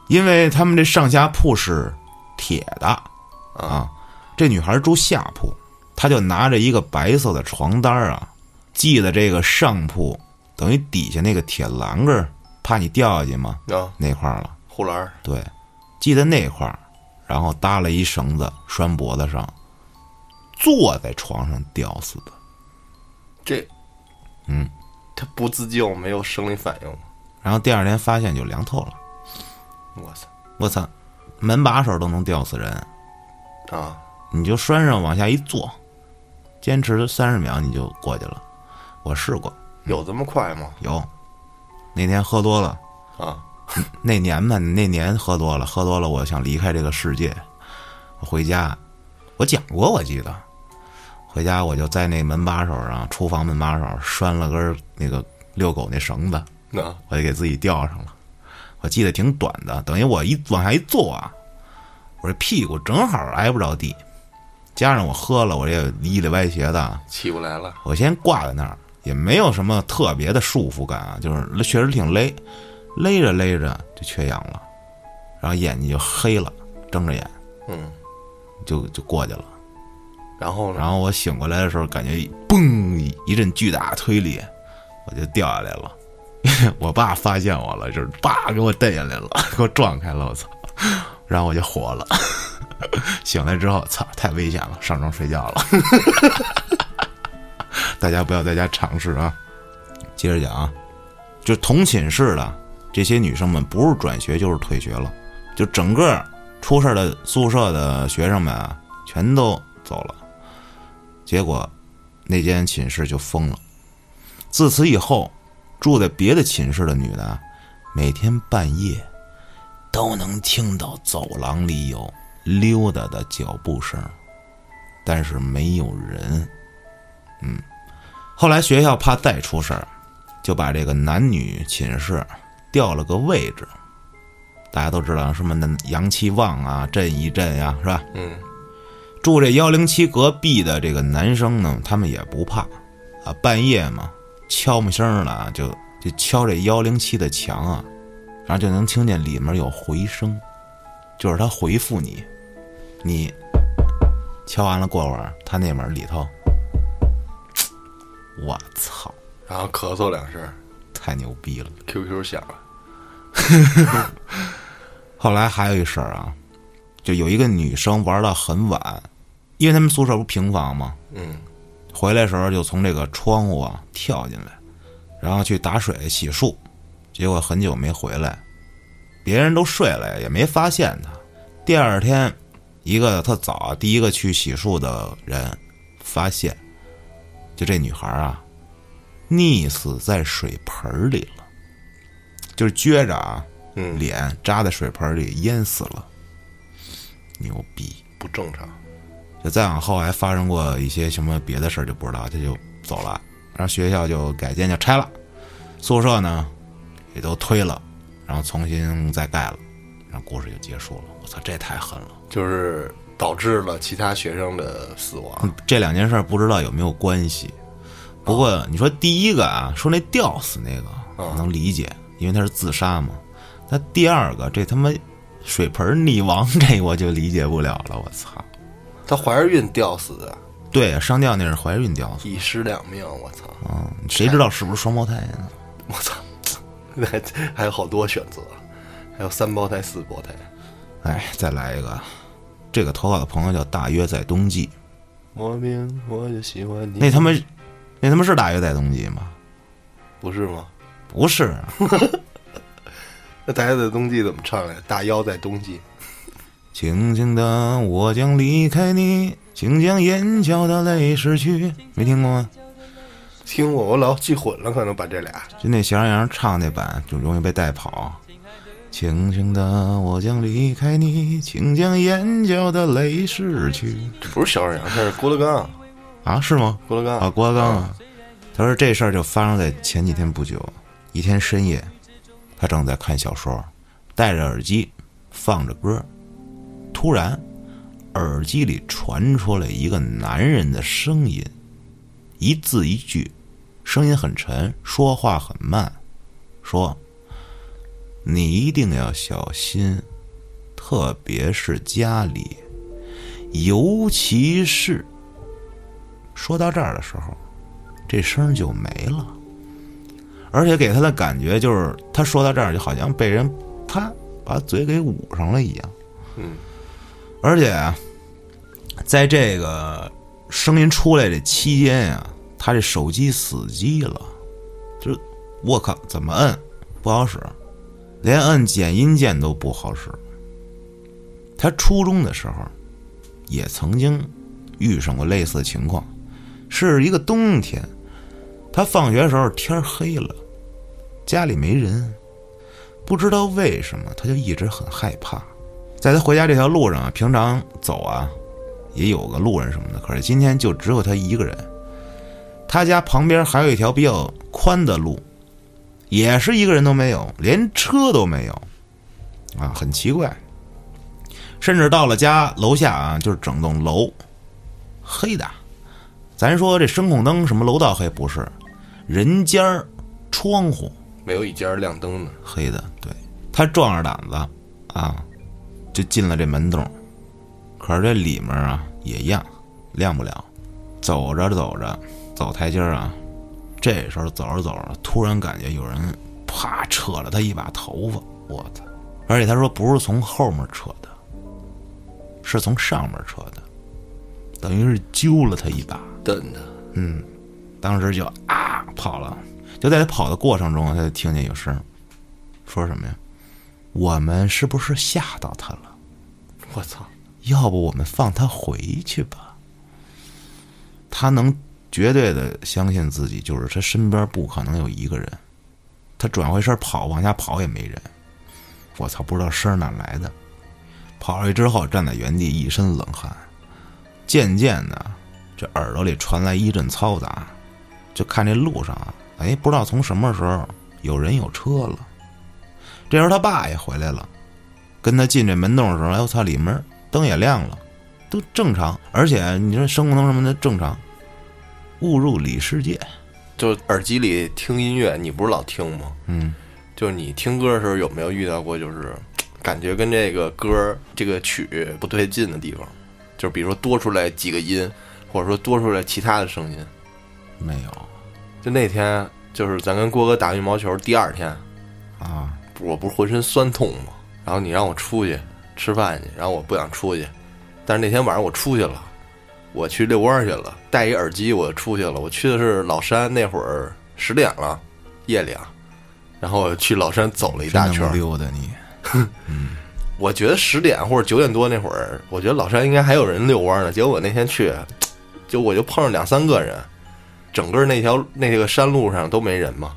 A: 因为他们这上下铺是铁的啊，这女孩住下铺，她就拿着一个白色的床单儿啊，系在这个上铺，等于底下那个铁栏杆儿，怕你掉下去嘛
B: 啊，
A: 那块儿了。
B: 护栏儿，
A: 对，系在那块儿，然后搭了一绳子拴脖子上，坐在床上吊死的。
B: 这，嗯，他不自救，没有生理反应吗？
A: 然后第二天发现就凉透了，
B: 我操
A: 我操，门把手都能吊死人，
B: 啊！
A: 你就拴上往下一坐，坚持三十秒你就过去了。我试过，
B: 有这么快吗？
A: 有，那天喝多了，
B: 啊，
A: 那年吧，那年喝多了，喝多了，我想离开这个世界，我回家，我讲过，我记得，回家我就在那门把手上，厨房门把手拴了根儿那个遛狗那绳子，
B: 那
A: 我就给自己吊上了。我记得挺短的，等于我一往下一坐啊，我这屁股正好挨不着地，加上我喝了，我这也里里歪斜的，
B: 起不来了，
A: 我先挂在那儿，也没有什么特别的束缚感啊，就是确实挺勒，勒着勒着就缺氧了，然后眼睛就黑了，睁着眼
B: 嗯，
A: 就就过去了。
B: 然后呢？
A: 然后我醒过来的时候，感觉嘣一阵巨大的推力，我就掉下来了。 我爸发现我了，就是叭给我蹬下来了，给我撞开了，我操！然后我就活了。 醒来之后，操，太危险了，上床睡觉了。 大家不要在家尝试啊！接着讲啊，就同寝室的这些女生们，不是转学就是退学了，就整个出事儿的宿舍的学生们啊，全都走了。结果那间寝室就封了。自此以后，住在别的寝室的女的啊，每天半夜都能听到走廊里有溜达的脚步声，但是没有人。嗯，后来学校怕再出事儿，就把这个男女寝室调了个位置。大家都知道什么那阳气旺啊，震一震呀、是吧？
B: 嗯，
A: 住这幺零七隔壁的这个男生呢，他们也不怕啊，半夜嘛，悄没声儿的啊，就就敲这幺零七的墙啊，然后就能听见里面有回声，就是他回复你，你敲完了过会儿，他那门里头，我操，
B: 然后咳嗽两声
A: 太牛逼了！
B: ，QQ 响了，
A: 后来还有一事儿啊，就有一个女生玩到很晚，因为他们宿舍不是平房吗？
B: 嗯，
A: 回来时候就从这个窗户啊跳进来，然后去打水洗漱，结果很久没回来，别人都睡了呀也没发现他。第二天，一个特早第一个去洗漱的人发现，就这女孩啊，溺死在水盆里了，就是撅着啊，
B: 嗯
A: 脸扎在水盆里淹死了，牛逼！
B: 不正常，
A: 就再往后还发生过一些什么别的事儿就不知道，他就走了。然后学校就改建就拆了，宿舍呢也都推了，然后重新再盖了，然上故事就结束了。我操，这也太狠了！
B: 就是导致了其他学生的死亡。
A: 这两件事儿不知道有没有关系。不过你说第一个啊，说那吊死那个
B: 嗯
A: 我能理解，因为他是自杀嘛。那第二个这他妈水盆溺亡，这我就理解不了了。我操！
B: 她怀着孕吊死的，
A: 对，上吊那是怀孕吊死，
B: 一尸两命，我操！
A: 嗯，谁知道是不是双胞胎呢？
B: 我操！还还有好多选择，还有三胞胎、四胞胎。
A: 哎，再来一个，这个投稿的朋友叫大约在冬季，
B: 莫名我就喜欢你，
A: 那他妈，那他妈是大约在冬季吗？
B: 不是吗？
A: 不是啊，
B: 那大家在冬季怎么唱来着？大腰在冬季，
A: 轻轻的我将离开你，请将眼角的泪拭去。没听过吗？
B: 听过我老记混了，可能把这俩。
A: 就那小沈阳唱那版，就容易被带跑。轻轻的我将离开你，请将眼角的泪拭去。
B: 这不是小沈阳，这是郭德纲，
A: 啊，是吗？
B: 郭德纲
A: 啊，郭德纲啊，他说这事儿就发生在前几天不久，一天深夜，他正在看小说，戴着耳机放着歌，突然耳机里传出来一个男人的声音，一字一句，声音很沉，说话很慢，说：“你一定要小心，特别是家里，尤其是……”说到这儿的时候，这声儿就没了，而且给他的感觉就是，他说到这儿就好像被人啪把嘴给捂上了一样。
B: 嗯，
A: 而且啊在这个声音出来的期间呀、他这手机死机了，就是我靠，怎么摁不好使，连摁减音键都不好使。他初中的时候也曾经遇上过类似的情况，是一个冬天，他放学的时候天黑了，家里没人，不知道为什么他就一直很害怕。在他回家这条路上啊，平常走啊，也有个路人什么的，可是今天就只有他一个人。他家旁边还有一条比较宽的路，也是一个人都没有，连车都没有，啊，很奇怪。甚至到了家楼下啊，就是整栋楼黑的。咱说这声控灯什么楼道黑不是，人间儿窗户
B: 没有一家亮灯的，
A: 黑的，对他壮着胆子啊，就进了这门洞。可是这里面啊也一样，亮不了。走着走着，走台阶儿啊，这时候走着走着，突然感觉有人啪扯了他一把头发，我操！而且他说不是从后面扯的，是从上面扯的，等于是揪了他一把。
B: 瞪的。
A: 当时就啊跑了。就在他跑的过程中，他就听见有声，说什么呀？我们是不是吓到他了？
B: 我操！
A: 要不我们放他回去吧？他能绝对的相信自己，就是他身边不可能有一个人。他转回身跑，往下跑也没人。我操，不知道声儿哪来的。跑出去之后，站在原地一身冷汗。渐渐的，这耳朵里传来一阵嘈杂，就看这路上啊，哎，不知道从什么时候有人有车了。这时候他爸也回来了，跟他进这门洞的时候，哎我操，里面灯也亮了，都正常，而且你说声控灯什么的正常，误入里世界，
B: 就耳机里听音乐，你不是老听吗？
A: 嗯，
B: 就是你听歌的时候有没有遇到过，就是感觉跟这个歌这个曲不对劲的地方？就是比如说多出来几个音，或者说多出来其他的声音。
A: 没有
B: 就那天，就是咱跟郭哥打羽毛球，第二天
A: 啊，
B: 我不是浑身酸痛吗？然后你让我出去吃饭去，然后我不想出去，但是那天晚上我出去了，我去遛弯儿去了，戴一耳机我就出去了。我去的是老山，那会儿十点了，夜里啊，然后我去老山走了一大圈
A: 真能
B: 儿。
A: 溜达你，
B: 我觉得十点或者九点多那会儿，我觉得老山应该还有人遛弯呢。结果我那天去，就我就碰上两三个人，整个那条那个山路上都没人嘛。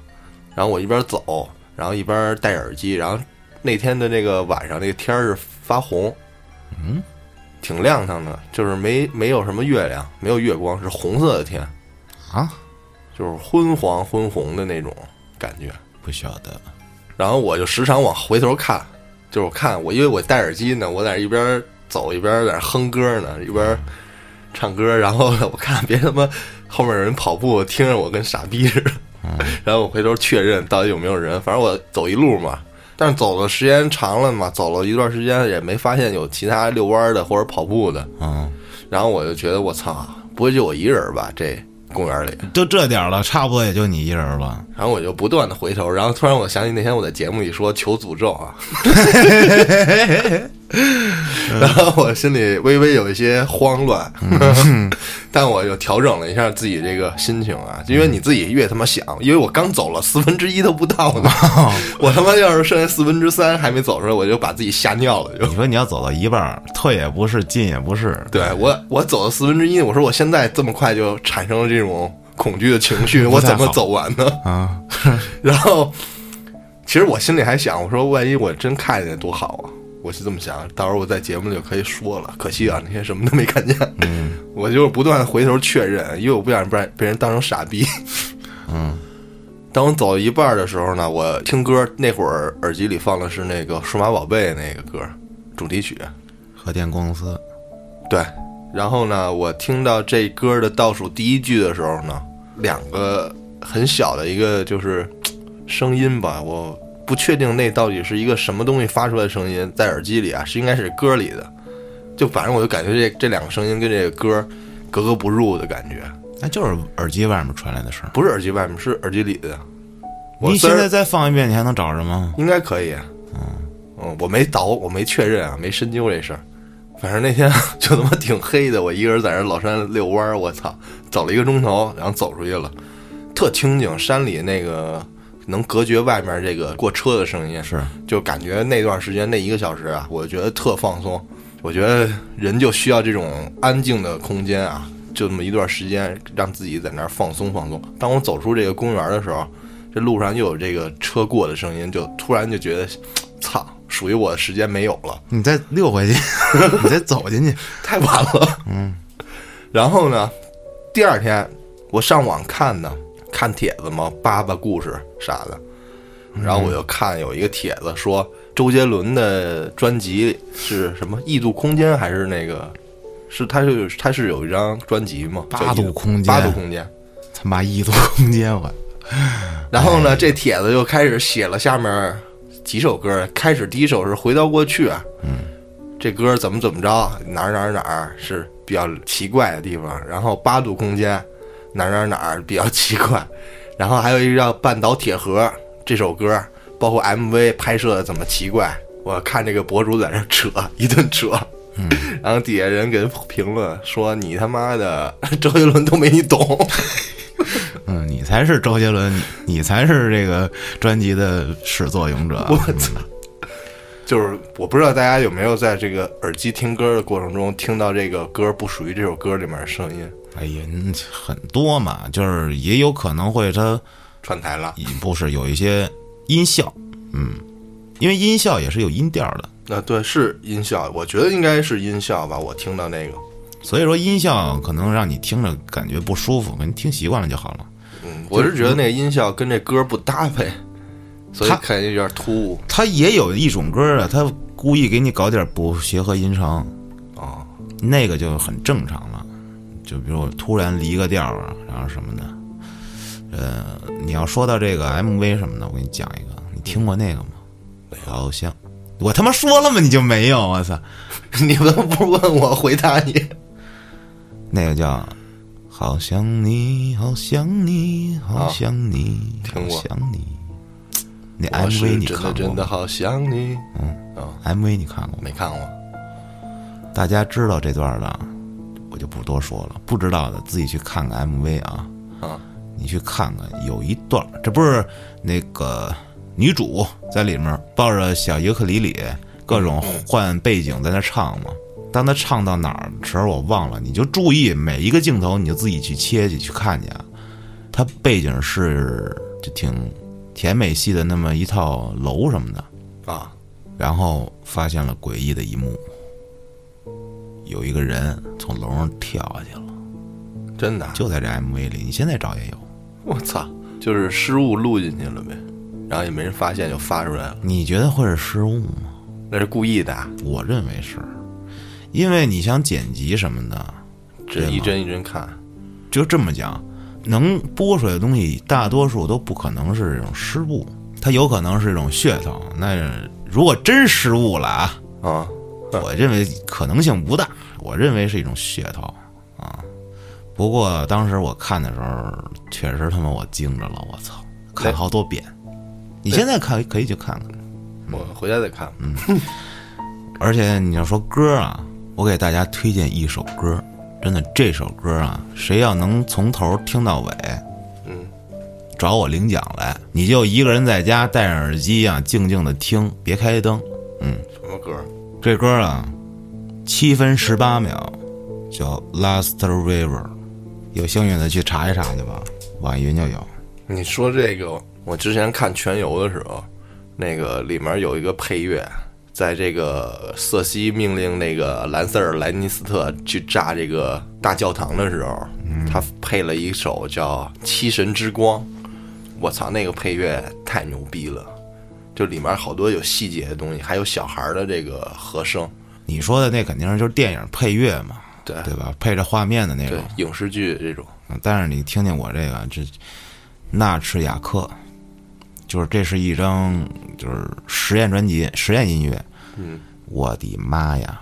B: 然后我一边走，然后一边戴耳机，然后那天的那个晚上那个天儿是发红，
A: 嗯，
B: 挺亮堂的，就是没没有什么月亮，没有月光，是红色的天，
A: 啊，
B: 就是昏黄昏红的那种感觉。
A: 不晓得，
B: 然后我就时常往回头看，就是我看我，因为我戴耳机呢，我在那一边走一边在那哼歌呢，一边唱歌，然后呢我看别他妈后面有人跑步，听着我跟傻逼似的， 然后我回头确认到底有没有人，反正我走一路嘛。但是走的时间长了嘛，走了一段时间也没发现有其他遛弯的或者跑步的，
A: 嗯，
B: 然后我就觉得我操，不会就我一人吧？这公园里，
A: 就这点儿了，差不多也就你一人儿了。
B: 然后我就不断的回头，然后突然我想起那天我在节目里说求诅咒 啊，然后我心里微微有一些慌乱，
A: 嗯
B: 但我又调整了一下自己这个心情啊，因为你自己越他妈想，因为我刚走了四分之一都不到呢，
A: 哦
B: 我他妈要是剩下四分之三还没走出来，我就把自己吓尿了就。
A: 你说你要走到一半儿，退也不是，进也不是，
B: 对我，我走了四分之一，我说我现在这么快就产生了这种恐惧的情绪，我
A: 不太
B: 怎
A: 好
B: 么走完呢？
A: 啊，
B: 然后，其实我心里还想，我说万一我真看见多好啊！我是这么想，到时候我在节目里就可以说了。可惜啊，那天什么都没看见。嗯， 我就是不断地回头确认，因为我不想被被人当成傻逼。
A: 嗯，
B: 当我走一半的时候呢，我听歌那会儿耳机里放的是那个《数码宝贝》那个歌主题曲。
A: 核电公司，
B: 对，然后呢，我听到这歌的倒数第一句的时候呢，两个很小的一个就是声音吧，我不确定那到底是一个什么东西发出来的声音，在耳机里啊，是应该是歌里的，就反正我就感觉这这两个声音跟这个歌格格不入的感觉，
A: 那就是耳机外面传来的声儿。
B: 不是耳机外面，是耳机里的。我
A: 你
B: 虽
A: 现
B: 然
A: 在再放一遍，你还能找着吗？
B: 应该可以。啊嗯，我没倒，我没确认啊，没深究这事儿。反正那天 就他妈挺黑的，我一个人在那老山遛弯儿，我操，走了一个钟头，然后走出去了，特清静，山里那个能隔绝外面这个过车的声音，
A: 是，
B: 就感觉那段时间那一个小时啊，我觉得特放松。我觉得人就需要这种安静的空间啊，就这么一段时间，让自己在那儿放松放松。当我走出这个公园的时候，这路上又有这个车过的声音，就突然就觉得，操，属于我的时间没有了，
A: 你再溜回去， 你再走进去。
B: 太晚了。嗯。然后呢，第二天我上网看呢，看帖子嘛，扒扒故事啥的。然后我就看有一个帖子说，周杰伦的专辑是什么《异度空间》还是那个？是他是他是有一张专辑嘛？叫
A: 八度
B: 异
A: 空间
B: 八度空间。
A: 他妈异度空间，我
B: 然后呢，这帖子就开始写了下面几首歌。开始第一首是《回到过去》，嗯，这歌怎么怎么着，哪儿哪儿哪儿是比较奇怪的地方。然后《八度空间》，哪儿哪儿哪儿比较奇怪。然后还有一个叫《半岛铁盒》这首歌，包括 MV 拍摄的怎么奇怪。我看这个博主在那扯一顿扯，然后底下人给评论说：“你他妈的 周杰伦都没你懂。”
A: 嗯，你才是周杰伦，你 你才是这个专辑的始作俑者。
B: 我操！就是我不知道大家有没有在这个耳机听歌的过程中听到这个歌不属于这首歌里面的声音
A: 哎呀，嗯很多嘛，就是也有可能会它
B: 串台了？
A: 不是有一些音效，嗯，因为音效也是有音调的，
B: 那啊对，是音效，我觉得应该是音效吧。我听到那个，
A: 所以说音效可能让你听着感觉不舒服，你听习惯了就好了。
B: 嗯，我是觉得那个音效跟这歌不搭配，所以
A: 它
B: 感觉有点突兀
A: 它也有一种歌啊，它故意给你搞点不协和音程，
B: 啊。
A: 那个就很正常了。就比如我突然离个调啊，然后什么的。呃，你要说到这个 MV 什么的，我给你讲一个，你听过那个吗？好像我他妈说了吗？你就没有？我操，
B: 你们不问我回答你，
A: 那个叫《好想你，好想你，好想你，
B: 哦听
A: 好
B: 过
A: 想你》。那
B: 我是
A: MV 你
B: 真的
A: 看过
B: 真的
A: 吗
B: 好想你。嗯啊，
A: ？MV 你看过吗？
B: 没看过。
A: 大家知道这段的，我就不多说了。不知道的自己去看看 MV 啊，
B: 啊，
A: 你去看看，有一段儿，这不是那个女主在里面抱着小尤克里里，各种换背景在那唱吗？当她唱到哪儿的时候，我忘了，你就注意每一个镜头，你就自己去切去去看去啊。它背景是就挺甜美系的那么一套楼什么的，
B: 啊，
A: 然后发现了诡异的一幕，有一个人从楼上跳下去了，
B: 真的啊，
A: 就在这 MV 里，你现在找也有。
B: 我操，就是失误录进去了呗，然后也没人发现，就发出来了。
A: 你觉得会是失误吗？
B: 那是故意的啊，
A: 我认为是，因为你想剪辑什么的，
B: 这一帧一帧看，
A: 就这么讲，能播出来的东西大多数都不可能是这种失误，它有可能是一种噱头。那如果真失误了啊，
B: 啊，
A: 我认为可能性不大，我认为是一种噱头啊。不过当时我看的时候，确实他妈我惊着了，我操，看好多遍。你现在看可以去看看。
B: 我回家再看。
A: 而且你要说歌啊，我给大家推荐一首歌，真的这首歌啊，谁要能从头听到尾，
B: 嗯，
A: 找我领奖来，你就一个人在家戴上耳机啊，静静的听，别开灯。
B: 什么歌？
A: 这歌啊，七分十八秒，叫《Last River》，有幸运的去查一查去吧，网易云就有。
B: 你说这个，我之前看《全游》的时候，那个里面有一个配乐，在这个瑟西命令那个兰塞尔莱尼斯特去炸这个大教堂的时候，他配了一首叫《七神之光》。我操，那个配乐太牛逼了！就里面好多有细节的东西，还有小孩儿的这个和声，
A: 你说的那肯定是就是电影配乐嘛，
B: 对
A: 对吧？配着画面的那
B: 对
A: 种。
B: 影视剧这种，
A: 但是你听听我这个，这纳赤雅克，就是这是一张就是实验专辑，实验音乐。
B: 嗯，
A: 我的妈呀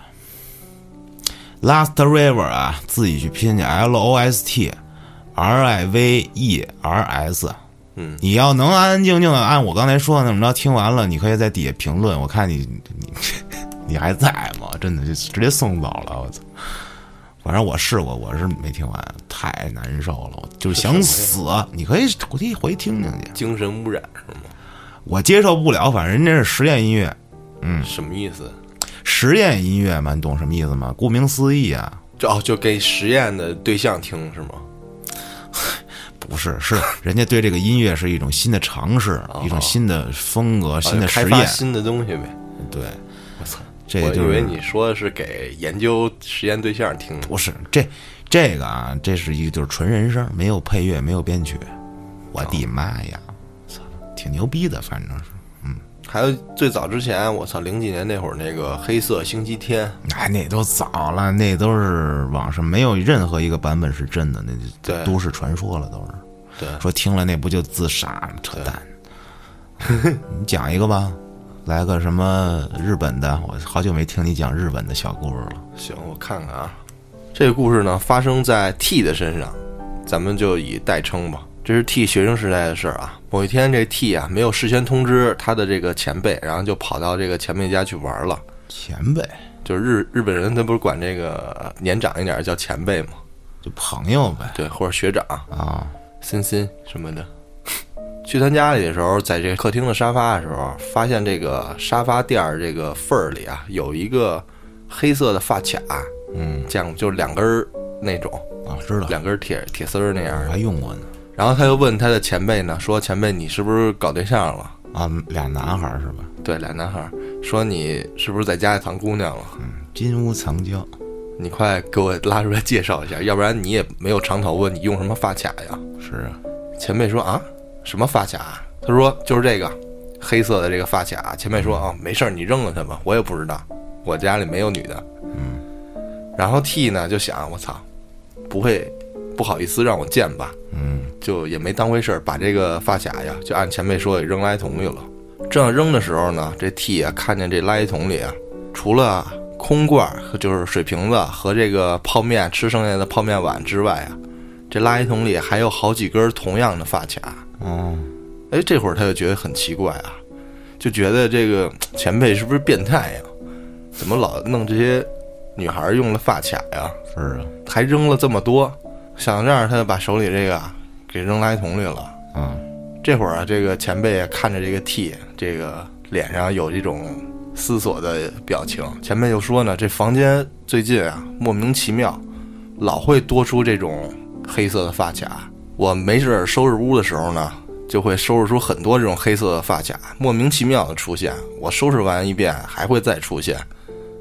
A: ！Last River 啊，自己去拼去，L O S T R I V E R S。
B: 嗯，
A: 你要能安安静静的按我刚才说的那么着听完了，你可以在底下评论，我看你你 你还在吗？真的就直接送走了，我操！反正我试过，我是没听完，太难受了，我就是想死。你可以回去回去听听去，
B: 精神污染是吗？
A: 我接受不了，反正人家是实验音乐，
B: 什么意思？
A: 实验音乐嘛，你懂什么意思吗？顾名思义啊，
B: 就哦，就给实验的对象听是吗？
A: 不是，是人家对这个音乐是一种新的尝试，一种新的风格、新的
B: 哦啊就开
A: 实
B: 发
A: 验。
B: 新的东西呗。
A: 对，
B: 我操！
A: 这
B: 我以
A: 就是
B: 为你说的是给研究实验对象听的。
A: 不是这这个啊，这是一个就是纯人声，没有配乐，没有编曲。我的妈呀，操，挺牛逼的，反正是。
B: 还有最早之前，我操，零几年那会儿那个黑色星期天，
A: 哎，那都早了，那都是网上没有任何一个版本是真的，那就
B: 对
A: 都市传说了，都是
B: 对，
A: 说听了那不就自杀，扯淡。 你讲一个吧，来个什么日本的？我好久没听你讲日本的小故事了。
B: 行，我看看啊。这个故事呢，发生在 T 的身上，咱们就以代称吧。这是 T 学生时代的事儿啊。某一天，这 T 啊没有事先通知他的这个前辈，然后就跑到这个前辈家去玩了。
A: 前辈，
B: 就是日日本人，他不是管这个年长一点儿叫前辈嘛，
A: 就朋友呗
B: 对，或者学长。
A: 啊，
B: 森森什么的。去他家里的时候，在这个客厅的沙发的时候，发现这个沙发垫儿这个缝儿里啊，有一个黑色的发卡，
A: 嗯
B: 见过就是两根儿那种，
A: 啊，知道，
B: 两根儿铁铁丝儿那样
A: 我
B: 的。
A: 还用过呢
B: 然后他又问他的前辈呢，说前辈你是不是搞对象了？
A: 啊，俩男孩儿是吧？
B: 对，俩男孩儿说你是不是在家里藏姑娘了？
A: 金屋藏娇，
B: 你快给我拉出来介绍一下，要不然你也没有长头发，你用什么发卡呀？
A: 是啊，
B: 前辈说啊，什么发卡啊？他说就是这个黑色的这个发卡。前辈说啊，没事儿，你扔了它吧，我也不知道，我家里没有女的。嗯。然后 T 呢就想，我操，不会不好意思让我见吧？
A: 嗯，
B: 就也没当回事儿，把这个发卡呀就按前辈说给扔垃圾桶里了。正要扔的时候呢，这 T 啊看见这垃圾桶里啊，除了空罐儿就是水瓶子和这个泡面吃剩下的泡面碗之外啊，这垃圾桶里还有好几根同样的发卡。
A: 哦，
B: 哎，这会儿他就觉得很奇怪啊，就觉得这个前辈是不是变态呀、怎么老弄这些女孩用的发卡呀、
A: 是啊，
B: 还扔了这么多？想到这儿，他就把手里这个啊给扔垃圾桶里了。
A: 嗯，
B: 这会儿啊，这个前辈看着这个 T，这个脸上有这种思索的表情。前辈就说呢，这房间最近啊，莫名其妙，老会多出这种黑色的发卡。我没事儿收拾屋的时候呢，就会收拾出很多这种黑色的发卡，莫名其妙的出现。我收拾完一遍，还会再出现。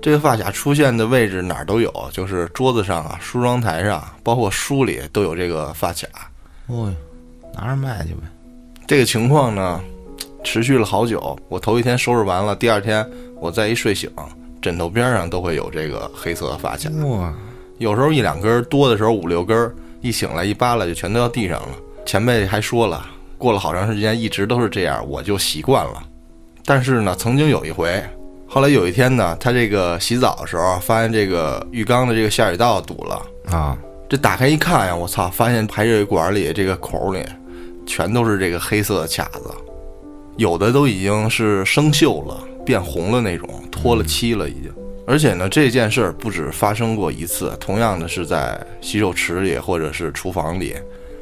B: 这个发卡出现的位置哪儿都有，就是桌子上啊、梳妆台上，包括书里都有这个发卡。
A: 哦，拿着卖去呗，
B: 这个情况呢，持续了好久。我头一天收拾完了，第二天我再一睡醒，枕头边上都会有这个黑色的发卡，
A: 哇，
B: 有时候一两根儿，多的时候五六根儿，一醒来一扒拉就全掉地上了。前辈还说了，过了好长时间一直都是这样，我就习惯了。但是呢，曾经有一回，后来有一天呢，他这个洗澡的时候发现这个浴缸的这个下水道堵了，
A: 啊，
B: 这打开一看呀，我操，发现排水管里这个口里全都是这个黑色的卡子，有的都已经是生锈了、变红了那种，脱了漆了已经。而且呢，这件事儿不止发生过一次，同样的是在洗手池里或者是厨房里，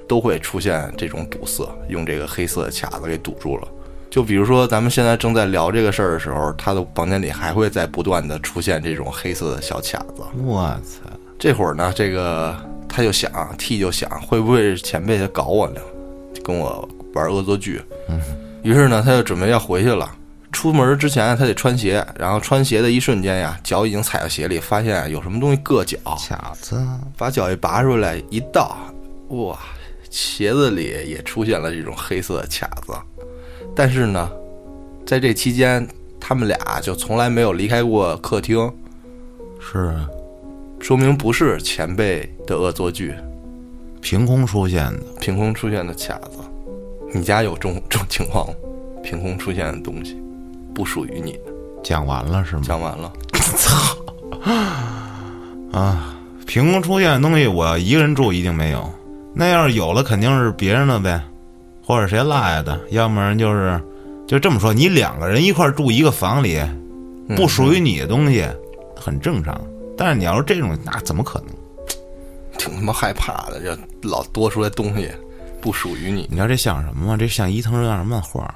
B: 都会出现这种堵塞，用这个黑色的卡子给堵住了。就比如说咱们现在正在聊这个事儿的时候，他的房间里还会在不断的出现这种黑色的小卡子。
A: 我操，
B: 这会儿呢，这个他就想，T 就想，会不会是前辈在搞我呢？跟我玩恶作剧。于是呢，他就准备要回去了。出门之前他得穿鞋，然后穿鞋的一瞬间呀，脚已经踩到鞋里，发现有什么东西硌脚，
A: 卡子，
B: 把脚一拔出来一倒，哇，鞋子里也出现了这种黑色的卡子。但是呢，在这期间，他们俩就从来没有离开过客厅，
A: 是
B: 说明不是前辈的恶作剧。
A: 凭空出现的，
B: 凭空出现的卡子。你家有这种这种情况吗？凭空出现的东西，不属于你的。
A: 讲完了是吗？
B: 讲完了，
A: 凭空出现的东西，我一个人住一定没有。那要是有了，肯定是别人的呗，或者谁落下的，要不然就是就这么说，你两个人一块儿住一个房里，
B: 嗯
A: 不属于你的东西，很正常。但是你要是这种，那怎么可能？
B: 挺他妈害怕的，这老多出来东西，不属于你。
A: 你知道这像什么吗？这像伊藤润二漫画。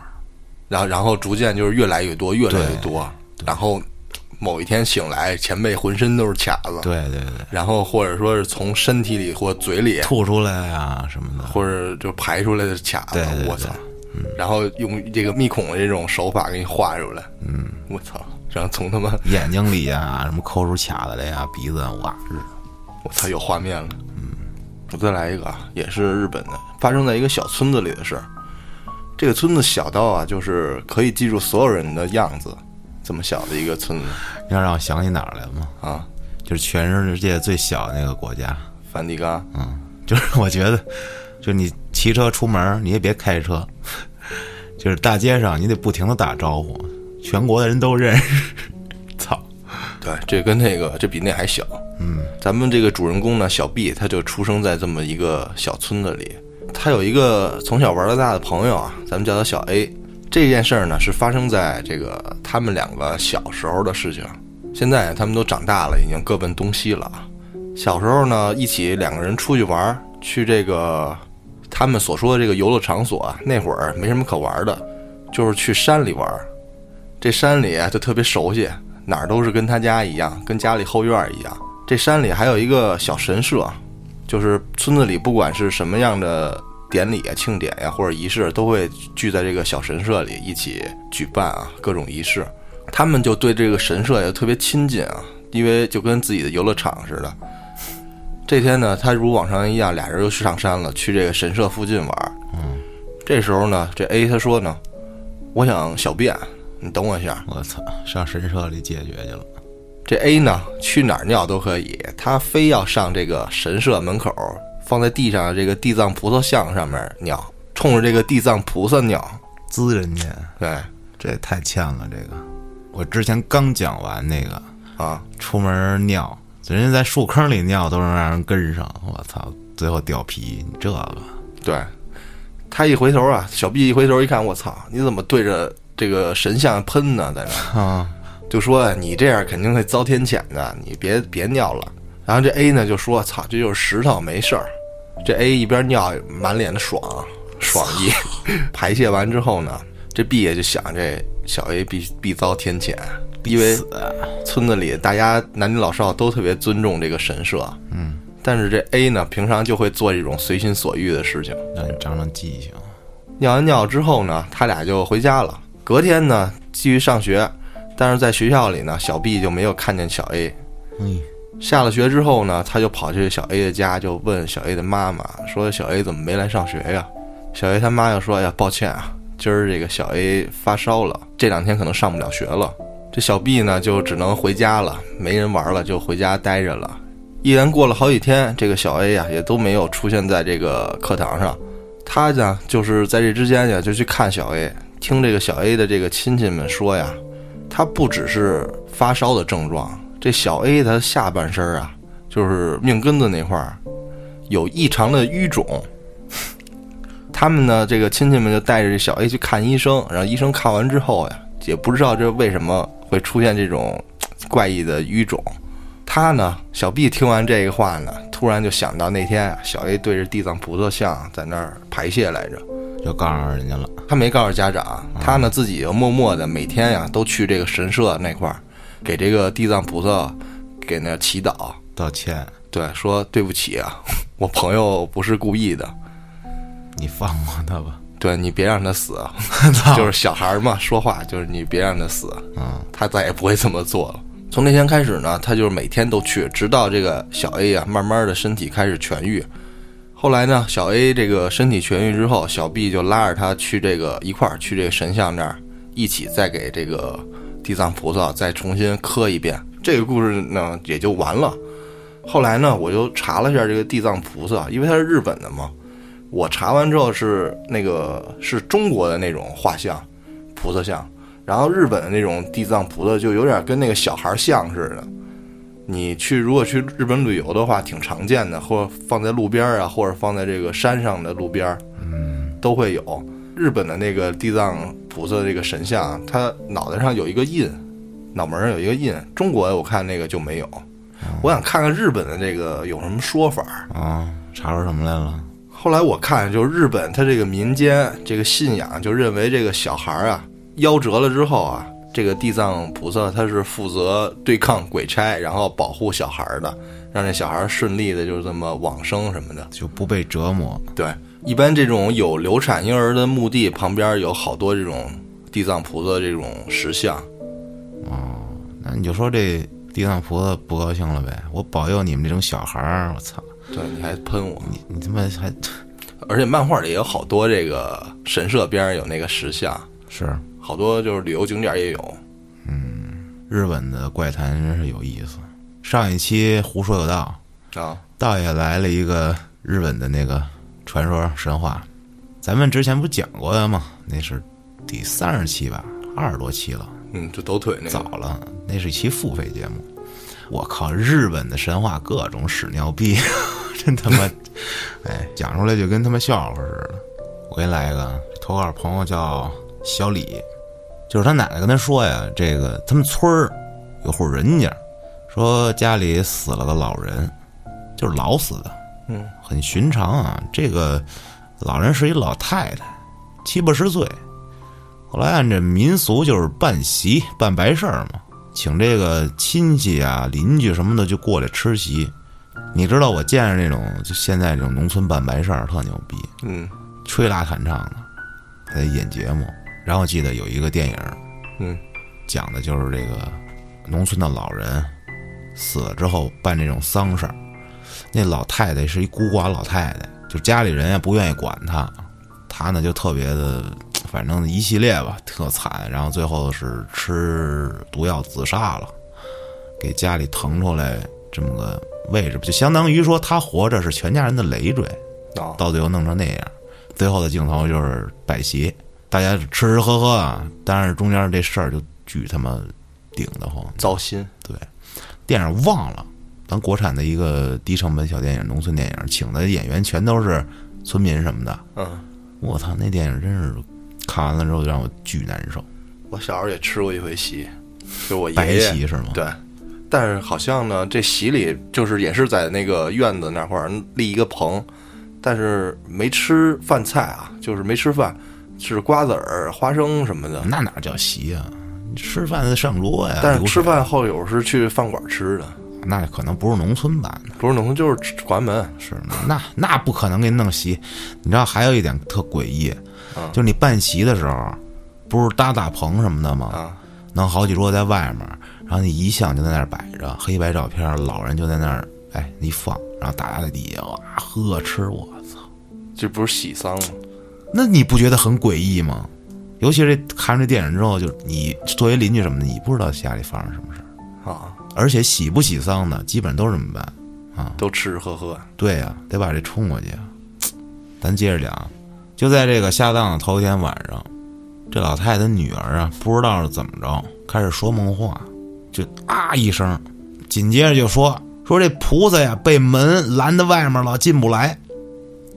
B: 然后，然后逐渐就是越来越多，越来越多。然后某一天醒来，前辈浑身都是卡子，
A: 对对对，
B: 然后或者说是从身体里或嘴里，
A: 吐出来啊什么的，
B: 或者就排出来的卡子
A: 对对，对
B: 我操！然后用这个密孔的这种手法给你画出来，嗯，我操！然后从他妈
A: 眼睛里啊什么抠出卡子来呀、鼻子啊哇，
B: 我操，有画面了。嗯，我再来一个啊，也是日本的，发生在一个小村子里的事儿。这个村子小到啊，就是可以记住所有人的样子，这么小的一个村子
A: 你要让我想起哪儿来吗？
B: 啊，
A: 就是全世界最小的那个国家。
B: 梵蒂冈。
A: 嗯，就是 我觉得，就是你骑车出门，你也别开车，就是大街上你得不停的打招呼，全国的人都认识。 操，
B: 对，这跟那个这比那还小。嗯，咱们这个主人公呢，小 B，他就出生在这么一个小村子里。他有一个从小玩到大的朋友啊，咱们叫他小 A。这件事儿呢，是发生在这个他们两个小时候的事情。现在他们都长大了，已经各奔东西了啊。小时候呢，一起两个人出去玩儿，去这个他们所说的这个游乐场所啊，那会儿没什么可玩的，就是去山里玩儿。这山里啊就特别熟悉，哪儿都是跟他家一样，跟家里后院儿一样。这山里还有一个小神社，就是村子里不管是什么样的典礼啊、庆典呀、或者仪式，都会聚在这个小神社里一起举办啊各种仪式。他们就对这个神社也特别亲近啊，因为就跟自己的游乐场似的。这天呢，他如往常一样，俩人又去上山了，去这个神社附近玩。嗯，这时候呢，这 A 他说呢，我想小便，你等我一下。
A: 我操，上神社里解决去了。
B: 这 A 呢，去哪儿尿都可以，他非要上这个神社门口放在地上的这个地藏菩萨像上面尿，冲着这个地藏菩萨尿。
A: 滋人家，
B: 对，
A: 这也太欠了这个。我之前刚讲完那个
B: 啊，
A: 出门尿，人家在树坑里尿都能让人跟上，我操，最后掉皮，你这个
B: 对，他一回头啊，小 B 一回头一看，我操，你怎么对着这个神像喷呢？在那儿
A: 啊，
B: 就说你这样肯定会遭天谴的，你别别尿了。然后这 A 呢就说，操，这就是石头，没事儿。这 A 一边尿，满脸的爽爽意， 排泄完之后呢，这 B 也就想这小 A 必必遭天谴，因为村子里大家男女老少都特别尊重这个神社，嗯，但是这 A 呢，平常就会做这种随心所欲的事情。
A: 让你长长记性。
B: 尿完尿之后呢，他俩就回家了。隔天呢，继续上学，但是在学校里呢，小 B 就没有看见小 A。
A: 嗯，
B: 下了学之后呢，他就跑去小 A 的家，就问小 A 的妈妈说：“小 A 怎么没来上学呀？”小 A 他妈就说：“哎呀，抱歉啊，今儿这个小 A 发烧了，这两天可能上不了学了。这小 B 呢，就只能回家了，没人玩了，就回家待着了。一连过了好几天，这个小 A 呀、也都没有出现在这个课堂上。他呢，就是在这之间啊呀，就去看小 A，听这个小 A 的这个亲戚们说呀，他不只是发烧的症状，这小 A 他下半身啊，就是命根子那块儿有异常的淤肿。 他们呢，这个亲戚们就带着这小 A 去看医生，然后医生看完之后呀，也不知道这为什么会出现这种嘖怪异的淤肿。他呢，小 B 听完这个话呢，突然就想到那天啊小 A 对着地藏菩萨像在那儿排泄来着。
A: 就告诉人家了。
B: 他没告诉家长，他呢自己默默的每天呀都去这个神社那块儿，给这个地藏菩萨给那祈祷，
A: 道歉，
B: 对，说对不起啊， 我朋友不是故意的，
A: 你放过他吧。
B: 对你别让他死，啊
A: 操
B: 就是小孩儿嘛，说话就是你别让他死，
A: 嗯，
B: 他再也不会这么做了。从那天开始呢，他就是每天都去，直到这个小 A 啊，慢慢的身体开始痊愈。后来呢，小 A 这个身体痊愈之后，小 B 就拉着他去这个一块儿去这个神像那儿，一起再给这个地藏菩萨再重新磕一遍。这个故事呢也就完了。后来呢，我就查了一下这个地藏菩萨，因为他是日本的嘛，我查完之后是那个是中国的那种画像，菩萨像，然后日本的那种地藏菩萨就有点跟那个小孩像似的。你去如果去日本旅游的话，挺常见的，或者放在路边儿啊，或者放在这个山上的路边儿，嗯，都会有日本的那个地藏菩萨这个神像，它脑袋上有一个印，脑门上有一个印。中国我看那个就没有，我想看看日本的这个有什么说法儿。
A: 啊，查出什么来了？
B: 后来我看，就是日本它这个民间这个信仰，就认为这个小孩儿啊夭折了之后啊，这个地藏菩萨他是负责对抗鬼差，然后保护小孩儿的，让这小孩儿顺利的呃就这么往生什么的。
A: 就不被折磨。
B: 对，一般这种有流产婴儿的墓地旁边有好多这种地藏菩萨这种石像，
A: 那你就说这地藏菩萨不高兴了呗？我保佑你们这种小孩儿，我操！
B: 对，你还喷我。
A: 你你他妈还
B: 而且漫画里有好多这个神社边儿有那个石像，
A: 是
B: 好多就是旅游景点儿也有。
A: 日本的怪谈真是有意思。上一期胡说有道，
B: 啊，
A: 道爷来了一个日本的那个传说神话，咱们之前不讲过的吗？那是第三十期吧，二十多期了。
B: 嗯，就抖腿那个。
A: 早了，那是一期付费节目。我靠，日本的神话各种屎尿屁， 真他妈，哎，讲出来就跟他妈笑话似的。我给你来一个，投稿朋友叫小李，就是他奶奶跟他说呀，这个他们村儿有户人家，说家里死了个老人，就是老死的，
B: 嗯，
A: 很寻常啊。这个老人是一老太太，七八十岁，后来按这民俗就是办席办白事儿嘛，请这个亲戚啊、邻居什么的就过来吃席。你知道我见着那种就现在这种农村办白事儿特牛逼，
B: 嗯
A: 吹拉弹唱的，还得演节目。然后记得有一个电影儿
B: 嗯
A: 讲的就是这个农村的老人死了之后办这种丧事儿，那老太太是一孤寡老太太，就家里人也不愿意管她，她呢就特别的，反正一系列吧，特惨，然后最后是吃毒药自杀了，给家里腾出来这么个位置，就相当于说她活着是全家人的累赘，
B: 啊，
A: 到最后弄成那样。最后的镜头就是摆席，大家吃吃喝喝啊，但是中间这事儿就巨他妈顶得慌。
B: 糟心。
A: 电影忘了，咱国产的一个低成本小电影，农村电影，请的演员全都是村民什么的。
B: 嗯，
A: 我操，那电影真是看完了之后就让我巨难受。
B: 我小时候也吃过一回席，就是我
A: 白
B: 爷爷
A: 席是吗？
B: 对，但是好像呢，这席里就是也是在那个院子那块儿立一个棚，但是没吃饭菜啊，就是没吃饭，是瓜子儿、花生什么的。
A: 那哪叫席啊？你吃饭得上桌呀。
B: 但是
A: 流
B: 吃
A: 水
B: 饭后有是去饭馆吃的，
A: 那可能不是农村版的，
B: 不是农村就是吃关门。
A: 是吗那那不可能给你弄席。你知道还有一点特诡异，就是你办席的时候，不是搭大棚什么的吗？
B: 啊，
A: 弄好几桌在外面，然后那遗像就在那儿摆着，黑白照片，老人就在那儿，哎，一放，然后大家在底下哇呵吃，我操，
B: 这不是喜丧吗？
A: 那你不觉得很诡异吗？尤其是看完这电影之后，就是你作为邻居什么的，你不知道家里发生什么事儿，
B: 啊，
A: 而且喜不喜丧的，基本都是这么办。
B: 都吃吃喝喝，
A: 对呀、得把这冲过去啊。咱接着讲啊，就在这个下葬的头一天晚上，这老太太女儿啊，不知道是怎么着，开始说梦话，就啊一声，紧接着就说说这菩萨呀被门拦在外面了，进不来。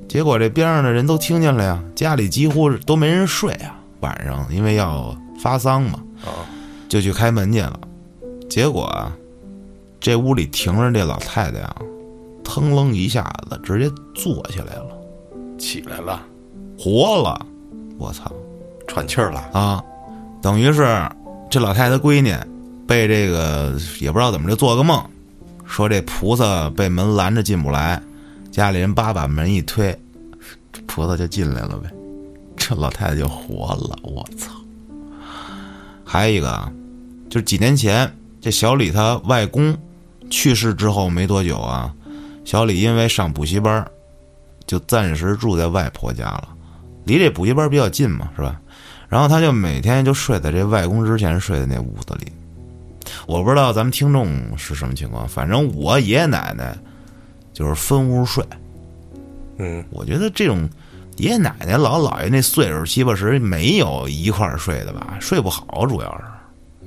A: 结果这边上的人都听见了呀，家里几乎都没人睡啊，晚上因为要发丧嘛，
B: 啊
A: 就去开门去了。结果啊，这屋里停着这老太太啊，腾楞一下子直接坐起来了，
B: 起来了，
A: 活了！我操
B: 喘气儿了，
A: 啊！等于是这老太太闺女被这个也不知道怎么就做个梦，说这菩萨被门拦着进不来，家里人叭把门一推，这菩萨就进来了呗。这老太太就活了，我操！还有一个啊，就是几年前这小李他外公去世之后没多久啊，小李因为上补习班儿，就暂时住在外婆家了，离这补习班比较近嘛，是吧？然后他就每天就睡在这外公之前睡的那屋子里。我不知道咱们听众是什么情况，反正我爷爷奶奶就是分屋睡。
B: 嗯，
A: 我觉得这种爷爷奶奶、老姥爷那岁数七八十，没有一块儿睡的吧？睡不好，主要是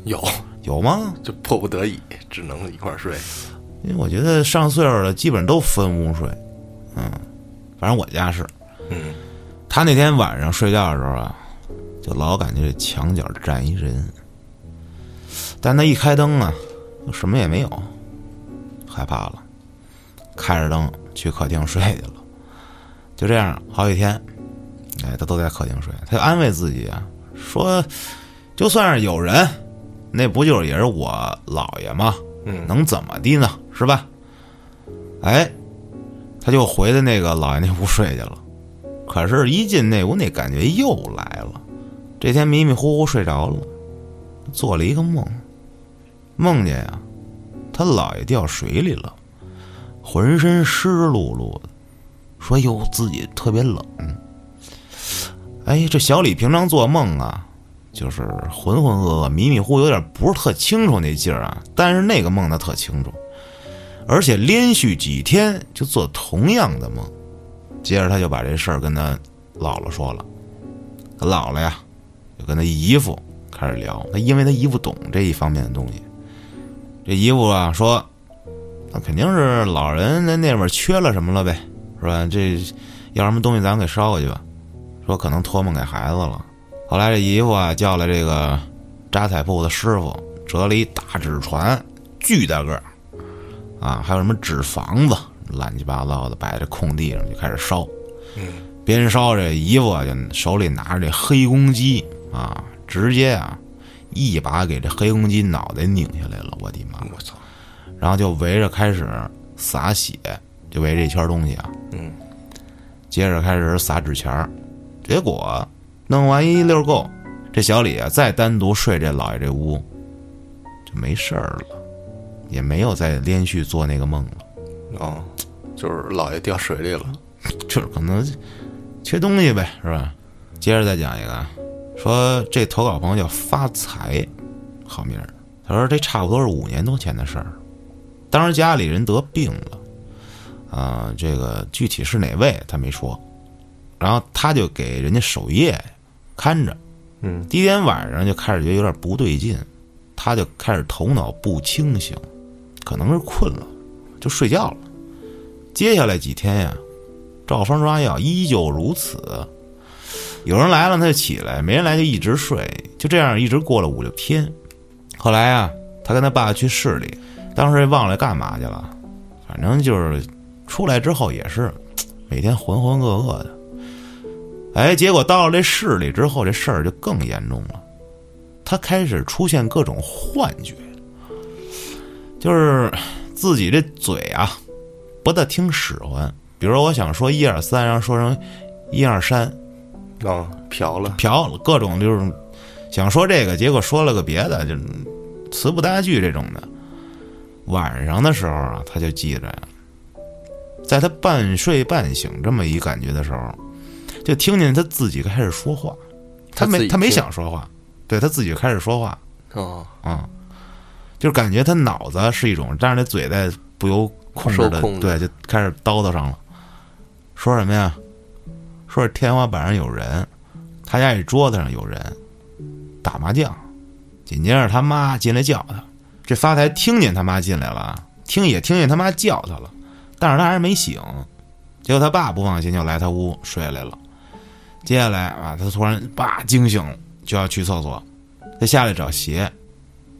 B: 有
A: 有吗？
B: 就迫不得已，只能一块儿睡，
A: 因为我觉得上岁数的基本都分屋睡，嗯，反正我家是。
B: 嗯，
A: 他那天晚上睡觉的时候啊，就老感觉这墙角站一人，但他一开灯啊，就什么也没有，害怕了，开着灯去客厅睡去了。就这样，好几天，哎，他都在客厅睡。他就安慰自己啊，说就算是有人，那不就是也是我姥爷吗？
B: 嗯
A: 能怎么的呢？是吧？哎，他就回到那个姥爷那屋睡去了。可是，一进那屋，那感觉又来了。这天迷迷糊糊睡着了，做了一个梦，梦见呀、他姥爷掉水里了，浑身湿漉漉的，说哟自己特别冷。哎，这小李平常做梦啊，就是浑浑噩噩、迷迷糊，有点不是特清楚那劲儿啊。但是那个梦他特清楚，而且连续几天就做同样的梦。接着他就把这事儿跟他姥姥说了，跟姥姥呀，就跟他姨父开始聊。他因为他姨父懂这一方面的东西，这姨父啊说，那啊肯定是老人在那边缺了什么了呗，是吧？这要什么东西咱们给捎过去吧。说可能托梦给孩子了。后来这姨夫啊叫来这个扎彩铺的师傅，折了一大纸船，巨大个儿，啊，还有什么纸房子，乱七八糟的摆在空地上就开始烧。
B: 嗯，
A: 边烧这姨夫啊，就手里拿着这黑公鸡啊，直接啊一把给这黑公鸡脑袋拧下来了，我的妈！
B: 我操，
A: 然后就围着开始撒血，就围着一圈东西啊，
B: 嗯，
A: 接着开始撒纸钱儿，结果弄完一溜够，这小李啊再单独睡这老爷这屋，就没事儿了，也没有再连续做那个梦了，
B: 哦，就是姥爷掉水里了，
A: 就是可能缺东西呗，是吧？接着再讲一个啊，说这投稿朋友叫发财，好名儿。他说这差不多是五年多前的事儿，当时家里人得病了，啊、这个具体是哪位他没说，然后他就给人家守夜看着，
B: 嗯，
A: 第一天晚上就开始觉得有点不对劲，他就开始头脑不清醒，可能是困了，就睡觉了。接下来几天呀，照方抓药，依旧如此。有人来了他就起来，没人来就一直睡，就这样一直过了五六天。后来啊，他跟他爸去市里，当时也忘了干嘛去了，反正就是出来之后也是每天浑浑噩噩的。哎，结果到了这市里之后，这事儿就更严重了。他开始出现各种幻觉，就是自己这嘴啊不大听使唤。比如说，我想说一二三，然后说成一二三，
B: 啊，瓢了，
A: 瓢了，各种就是想说这个，结果说了个别的，就词不搭句这种的。晚上的时候啊，他就记着呀，在他半睡半醒这么一感觉的时候，就听见他自己开始说话，他
B: 自
A: 没
B: 己
A: 他没
B: 听
A: 想说话，对他自己开始说话，
B: 哦，
A: 嗯，就是感觉他脑子是一种，但是那嘴在不由控制
B: 受
A: 的，
B: 控制
A: 对，就开始叨叨上了。说什么呀？说是天花板上有人，他家一桌子上有人打麻将，紧接着他妈进来叫他，这发财听见他妈进来了啊，听也听见他妈叫他了，但是他还是没醒。结果他爸不放心，就来他屋睡来了。接下来啊，他突然叭惊醒，就要去厕所，他下来找鞋，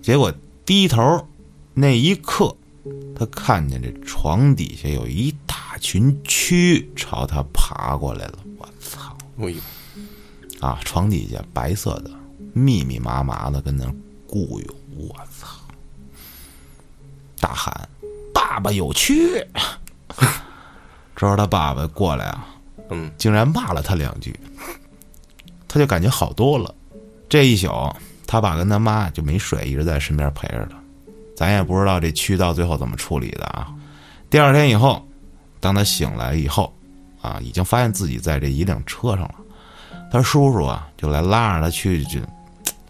A: 结果低头那一刻，他看见这床底下有一大群蛆朝他爬过来了。我操！
B: 哎呦，
A: 啊，床底下白色的，密密麻麻的，跟那儿固有。我操！大喊：“爸爸有蛆！” 这时候他爸爸过来啊，
B: 嗯，
A: 竟然骂了他两句，他就感觉好多了。这一宿，他爸跟他妈就没睡，一直在身边陪着他。咱也不知道这蛆到最后怎么处理的啊。第二天以后，当他醒来以后，啊，已经发现自己在这一辆车上了。他叔叔啊，就来拉着他去去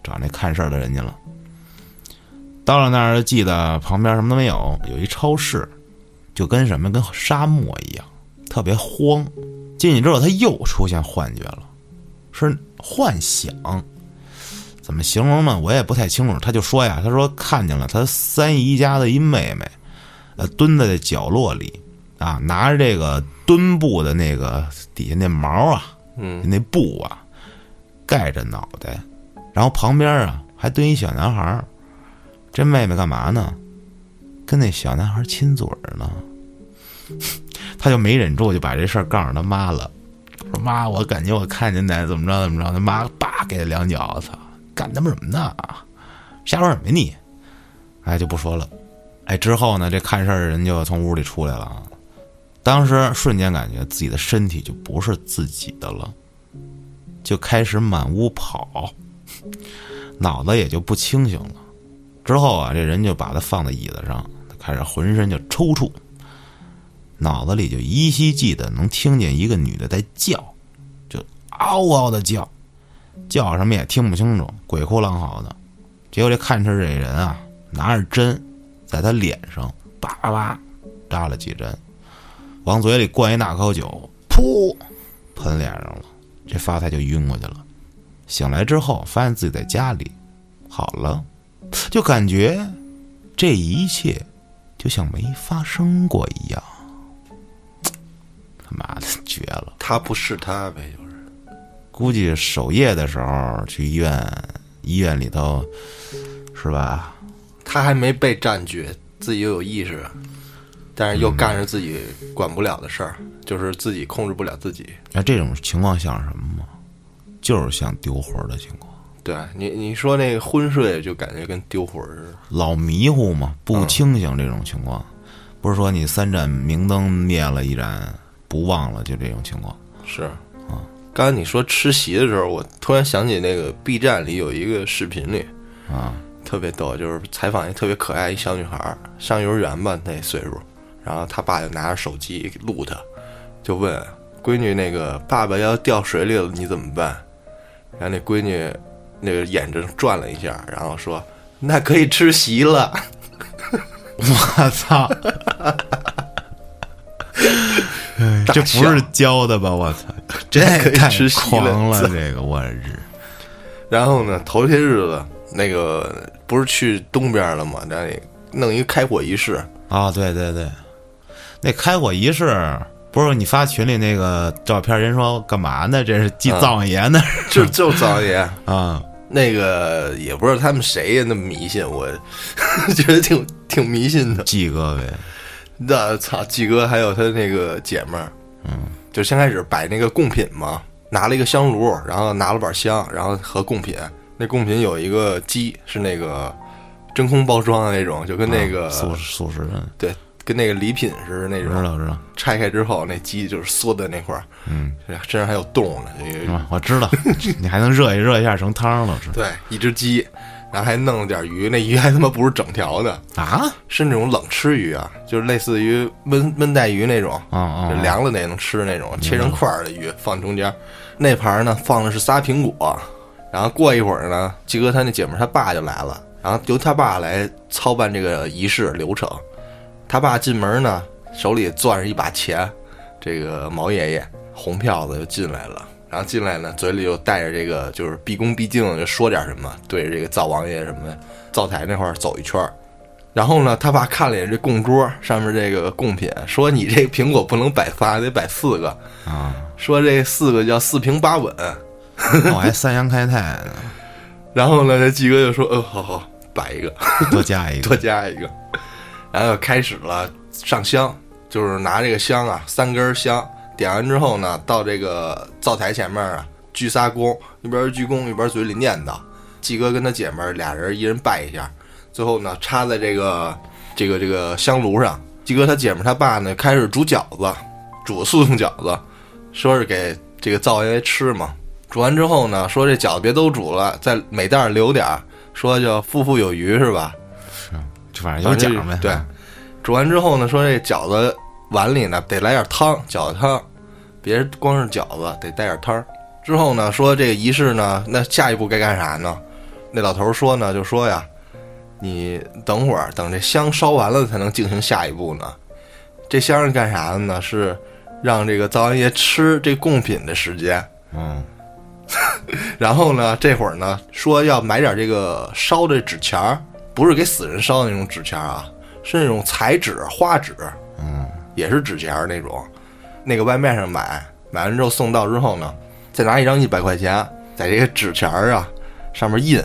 A: 找那看事儿的人家了。到了那儿，记得旁边什么都没有，有一超市，就跟什么跟沙漠一样，特别荒。进去之后，他又出现幻觉了，是幻想。怎么形容呢？我也不太清楚。他就说呀，他说看见了他三姨家的一妹妹，呃，蹲在角落里，啊，拿着这个墩布的那个底下那毛啊，
B: 嗯，
A: 那布啊，盖着脑袋，然后旁边啊还蹲一小男孩儿。这妹妹干嘛呢？跟那小男孩儿亲嘴儿呢。他就没忍住，就把这事儿告诉他妈了。说妈，我感觉我看见那怎么着怎么着，他妈叭给他两脚，操，干他妈什么呢？瞎玩什么你？哎，就不说了。哎，之后呢，这看事儿的人就从屋里出来了啊。当时瞬间感觉自己的身体就不是自己的了，就开始满屋跑，脑子也就不清醒了。之后啊，这人就把他放在椅子上，他开始浑身就抽搐，脑子里就依稀记得能听见一个女的在叫，就嗷嗷的叫，叫什么也听不清楚，鬼哭狼嚎的。结果这看事儿这人啊，拿着针在他脸上叭叭叭扎了几针，往嘴里灌一大口酒，噗，喷脸上了。这发财就晕过去了。醒来之后，发现自己在家里，好了，就感觉这一切就像没发生过一样。他妈的，绝了！
B: 他不是他呗，就是
A: 估计守夜的时候去医院，医院里头是吧？
B: 他还没被占据，自己又有意识，啊但是又干
A: 嗯
B: 着自己管不了的事儿，就是自己控制不了自己。
A: 那哎这种情况像什么吗？就是像丢魂儿的情况，
B: 对你，你说那个昏睡就感觉跟丢魂儿似的。
A: 老迷糊嘛，不清醒这种情况，不是说你三盏明灯灭了一盏不忘了，就这种情况。
B: 是啊，刚才你说吃席的时候，我突然想起那个 B 站里有一个视频里
A: 啊，
B: 特别逗，就是采访一特别可爱一小女孩儿，上幼儿园吧那岁数，然后她爸就拿着手机录她，就问闺女那个爸爸要掉水里了你怎么办？然后那闺女那个眼睛转了一下，然后说那可以吃席了。
A: 我操！ 哎这不是教的吧？我操，这
B: 可
A: 也
B: 以
A: 太
B: 吃席了
A: 狂了！这个我日，
B: 然后呢，头些日子那个不是去东边了吗？那里弄一个开火仪式，
A: 啊、对对对，那开火仪式不是你发群里那个照片，人说干嘛呢？这是
B: 嗯
A: 祭灶王爷呢
B: 就就灶爷。
A: 啊！
B: 那个也不知道他们谁呀，那么迷信，我 觉得挺挺迷信的。
A: 祭各位，
B: 那操，季哥还有他那个姐们儿，嗯，就先开始摆那个贡品嘛，拿了一个香炉，然后拿了把香，然后和贡品。那贡品有一个鸡，是那个真空包装的那种，就跟那个、
A: 啊素素食的，
B: 对，跟那个礼品似的那
A: 知
B: 种。
A: 道知道，
B: 拆开之后，那鸡就是缩在那块儿，嗯，身上还有洞呢，就有
A: 啊我知道， 你还能热一热一下成汤了，是
B: 对，一只鸡，然后还弄了点鱼，那鱼还他妈不是整条的，
A: 啊？
B: 是那种冷吃鱼啊，就是类似于温温带鱼那种，
A: 哦哦
B: 就凉了那能吃的那种，切成块儿的鱼放中间。那盘儿呢放的是仨苹果，然后过一会儿呢，鸡哥他那姐们儿他爸就来了，然后由他爸来操办这个仪式流程。他爸进门呢，手里攥着一把钱，这个毛爷爷红票子就进来了。然后进来呢，嘴里又带着这个就是毕恭毕敬地就说点什么，对着这个灶王爷什么灶台那块儿走一圈儿。然后呢，他爸看了眼这供桌上面这个贡品，说：“你这苹果不能摆仨，得摆四个。
A: 啊，
B: 说这四个叫四平八稳。”
A: 那我还三阳开泰呢，
B: 然后呢，这鸡哥就说：“呃，好好，摆一个，
A: 多加 一
B: 多
A: 个，
B: 加一个。”然后就开始了上香，就是拿这个香啊，三根香点完之后呢，到这个灶台前面啊，鞠仨躬，一边鞠躬一边嘴里念叨。鸡哥跟他姐们儿俩人一人拜一下，最后呢插在这个这个这个香炉上。鸡哥他姐们儿他爸呢开始煮饺子，煮速冻饺子，说是给这个灶爷吃嘛。煮完之后呢，说这饺子别都煮了，在每袋儿留点儿，说叫富富有余是吧？
A: 就反正有奖呗。啊
B: 对，煮完之后呢，说这饺子碗里呢得来点汤，饺子汤，别光是饺子，得带点汤儿。之后呢，说这个仪式呢，那下一步该干啥呢？那老头儿说呢，就说呀，你等会儿，等这香烧完了才能进行下一步呢。这香是干啥的呢？是让这个灶王爷吃这贡品的时间。
A: 嗯，
B: 然后呢，这会儿呢说要买点这个烧的纸钱儿，不是给死人烧的那种纸钱儿啊，是那种彩纸、花纸，
A: 嗯，
B: 也是纸钱儿那种。那个外卖上买，买完之后送到之后呢，再拿一张一百块钱，在这个纸钱儿啊上面印，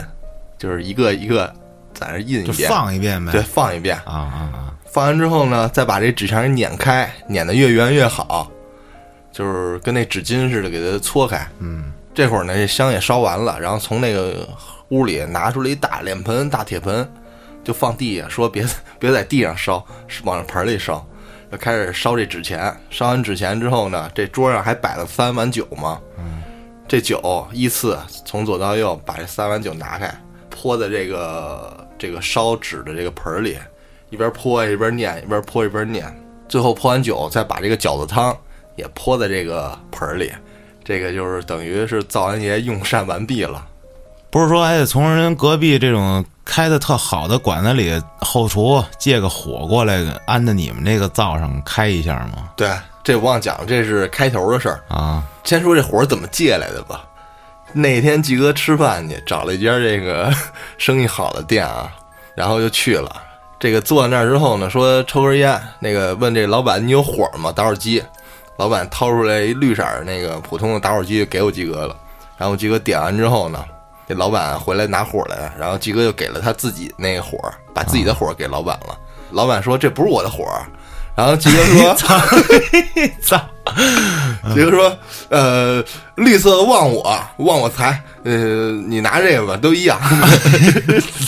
B: 就是一个一个在那印一
A: 就
B: 遍，
A: 放一遍呗。
B: 对，放一遍。
A: 啊啊啊！
B: 放完之后呢，再把这纸钱儿碾开，碾得越圆越好，就是跟那纸巾似的，给它搓开。
A: 嗯，
B: 这会儿呢，这香也烧完了，然后从那个屋里拿出了一大脸盆、大铁盆，就放地下，说别别在地上烧，是往盆里烧。就开始烧这纸钱，烧完纸钱之后呢，这桌上还摆了三碗酒嘛。嗯，这酒依次从左到右把这三碗酒拿开，泼在这个这个烧纸的这个盆里，一边泼一边念，一边泼一边念。最后泼完酒，再把这个饺子汤也泼在这个盆儿里。这个就是等于是灶王爷用膳完毕了。
A: 不是说还得从人隔壁这种开的特好的馆子里后厨借个火过来，安在你们这个灶上开一下吗？
B: 对，这我忘讲，这是开头的事儿。
A: 啊，
B: 先说这火怎么借来的吧。那天季哥吃饭去，找了一家这个 生意好的店啊，然后就去了。这个坐在那儿之后呢，说抽根烟，那个问这老板你有火吗？打火机。老板掏出来一绿色儿那个普通的打火机给我季哥了，然后季哥点完之后呢，这老板回来拿火来了，然后季哥就给了他自己那个火，把自己的火给老板了。老板说这不是我的火，然后季哥说
A: 灶嗯
B: 比如说，呃，绿色的旺我，旺我财，呃，你拿这个吧，都 一样。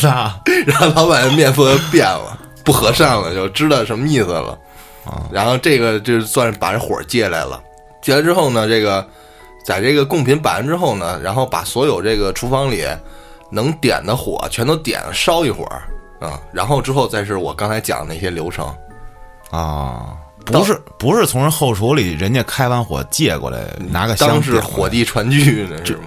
A: 灶
B: 然后老板面色就变了，不和善了，就知道什么意思了。
A: 啊
B: 然后这个就算是把这火借来了，借来之后呢，这个在这个贡品摆完之后呢，然后把所有这个厨房里能点的火全都点了烧一会儿啊、然后之后再是我刚才讲的那些流程。
A: 啊。不是不是从人后厨里人家开完火借过来拿个
B: 当
A: 香
B: 是
A: 纸，
B: 火地传炬呢，是吗？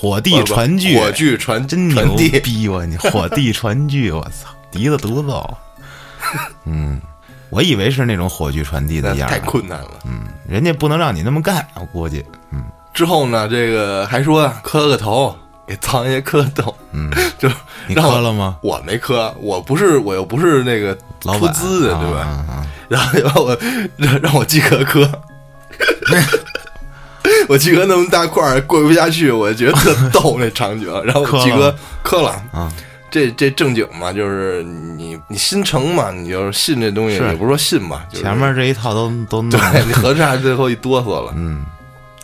A: 火地传炬，
B: 火炬传
A: 真牛
B: 传递。
A: 逼我你火地传炬，我操，笛子独奏。嗯，我以为是那种火炬传递
B: 那
A: 的样
B: 太
A: 儿，
B: 困难了。
A: 嗯，人家不能让你那么干，我估计。
B: 之后呢，这个还说啊磕个头，给藏爷磕个头，嗯， 就
A: 你
B: 让我
A: 磕了吗？
B: 我没磕，我不是，我又不是那个
A: 老
B: 出
A: 板
B: 资的，对吧？
A: 啊啊啊
B: 然后让我让让我鸡哥磕， 我鸡哥那么大块儿跪不下去，我觉得特逗那 场景。然后
A: 磕了
B: 我鸡哥磕了，
A: 啊，
B: 这这正经嘛，就是你你心诚嘛，你就是信这东西，
A: 是
B: 也不是说信嘛，就是
A: 前面这一套都都弄了
B: 对你合着还最后一哆嗦了，嗯，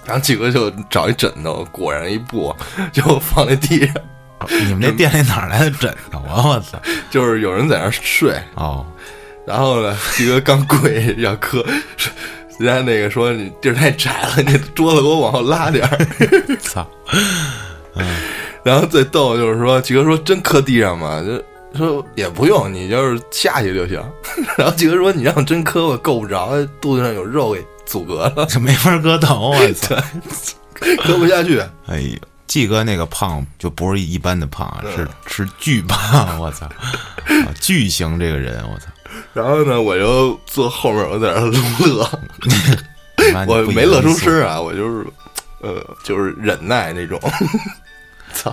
B: 然后几哥就找一枕头裹上一布，就放在地上，
A: 你们这店里哪儿来的枕头啊？我 操！
B: 就是有人在那儿睡，
A: 哦，
B: 然后呢，几哥刚跪要磕，人家那个说你地儿太窄了，你桌子给我往后拉点儿。
A: 操！
B: 然后最逗的就是说，几哥说真磕地上吗？就说也不用，你就是下去就行。然后几哥说你让我真磕我够不着，肚子上有肉给阻隔了，
A: 啊这没法搁头，我操！
B: 磕不下去。
A: 哎呦，季哥那个胖就不是一般的胖啊，
B: 嗯
A: 是是巨胖，我 操，啊巨型这个人，我操，
B: 然后呢，我就坐后面，我在那儿乐，
A: 你妈你
B: 我
A: 不
B: 没
A: 严
B: 乐出
A: 肃
B: 声啊，我就是，呃，就是忍耐那种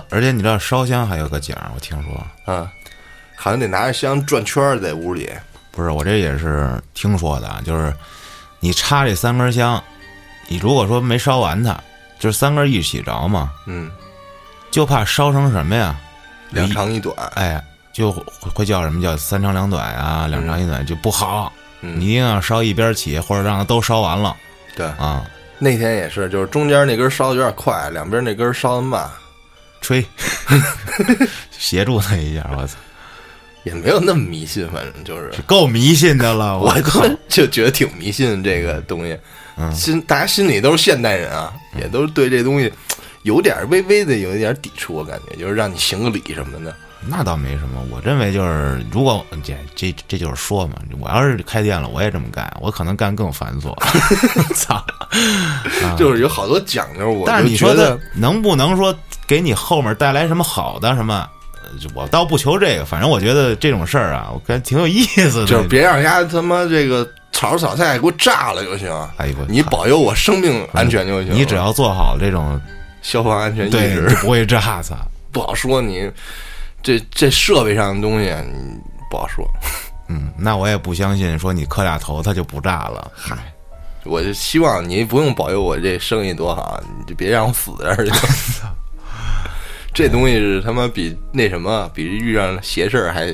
A: 而且你知道烧香还有个奖，我听说，
B: 啊，好像得拿着香转圈儿在屋里，
A: 不是我这也是听说的，啊，就是你插这三根香，你如果说没烧完它，就是三根一起着嘛，
B: 嗯，
A: 就怕烧成什么呀？
B: 两
A: 一
B: 长一短，
A: 哎，就会会叫什么叫三长两短啊，两长一短就不好，
B: 嗯
A: 你一定要烧一边起，或者让它都烧完了
B: 对，
A: 啊。的
B: 那天也是，就是中间那根烧的有点快，两边那根烧的慢，
A: 吹，协助他一下，我操，
B: 也没有那么迷信，反正就是
A: 够迷信的 了，
B: 我
A: 我靠！
B: 就觉得挺迷信这个东西。
A: 嗯
B: 心大家心里都是现代人啊，也都是对这东西有点微微的有一点抵触，我感觉就是让你行个礼什么的。
A: 那倒没什么，我认为就是，如果这这这就是说嘛，我要是开店了，我也这么干，我可能干更繁 琐。操！
B: 就是有好多讲究，我
A: 啊但是
B: 就
A: 你
B: 觉
A: 说
B: 得
A: 他能不能说给你后面带来什么好的什么？呃就我倒不求这个，反正我觉得这种事儿啊，我感觉挺有意思的。
B: 就是别让人家他妈这个炒炒菜给我炸了就行。啊
A: 哎呦我
B: 你
A: 操
B: 保佑我生命安全就
A: 嗯
B: 行。
A: 你只要做好这种，
B: 消防安全意
A: 对，
B: 识
A: 就不会炸操。
B: 不好说你，这这设备上的东西你不好说。
A: 嗯，那我也不相信说你磕俩头它就不炸了。嗨，
B: 我就希望你不用保佑我这生意多好，你就别让我死这儿就。 这东西是他妈比那什么，比遇上邪事儿还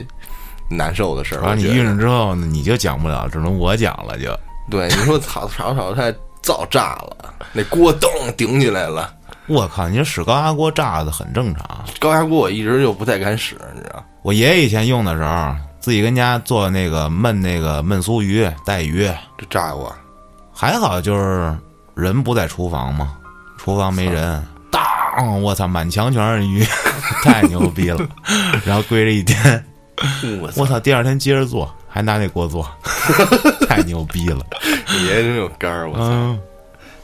B: 难受的事儿。
A: 然后
B: 我
A: 啊你
B: 觉得
A: 遇上之后呢，你就讲不了，只能我讲了就。
B: 对你说炒炒炒菜造炸了，那锅咚顶起来了，
A: 我靠，你这使高压锅炸的很正常。
B: 高压锅我一直就不太敢使，你知道？
A: 我爷爷以前用的时候，自己跟家做那个焖那个焖酥鱼、带鱼，
B: 就炸过，
A: 还好就是人不在厨房嘛，厨房没人，当我操，满墙全是鱼， 太牛逼了。然后归着一天，
B: 我操！
A: 我操，第二天接着做，还拿那锅做， 太牛逼了。
B: 你爷爷真有肝儿，我操！
A: 嗯，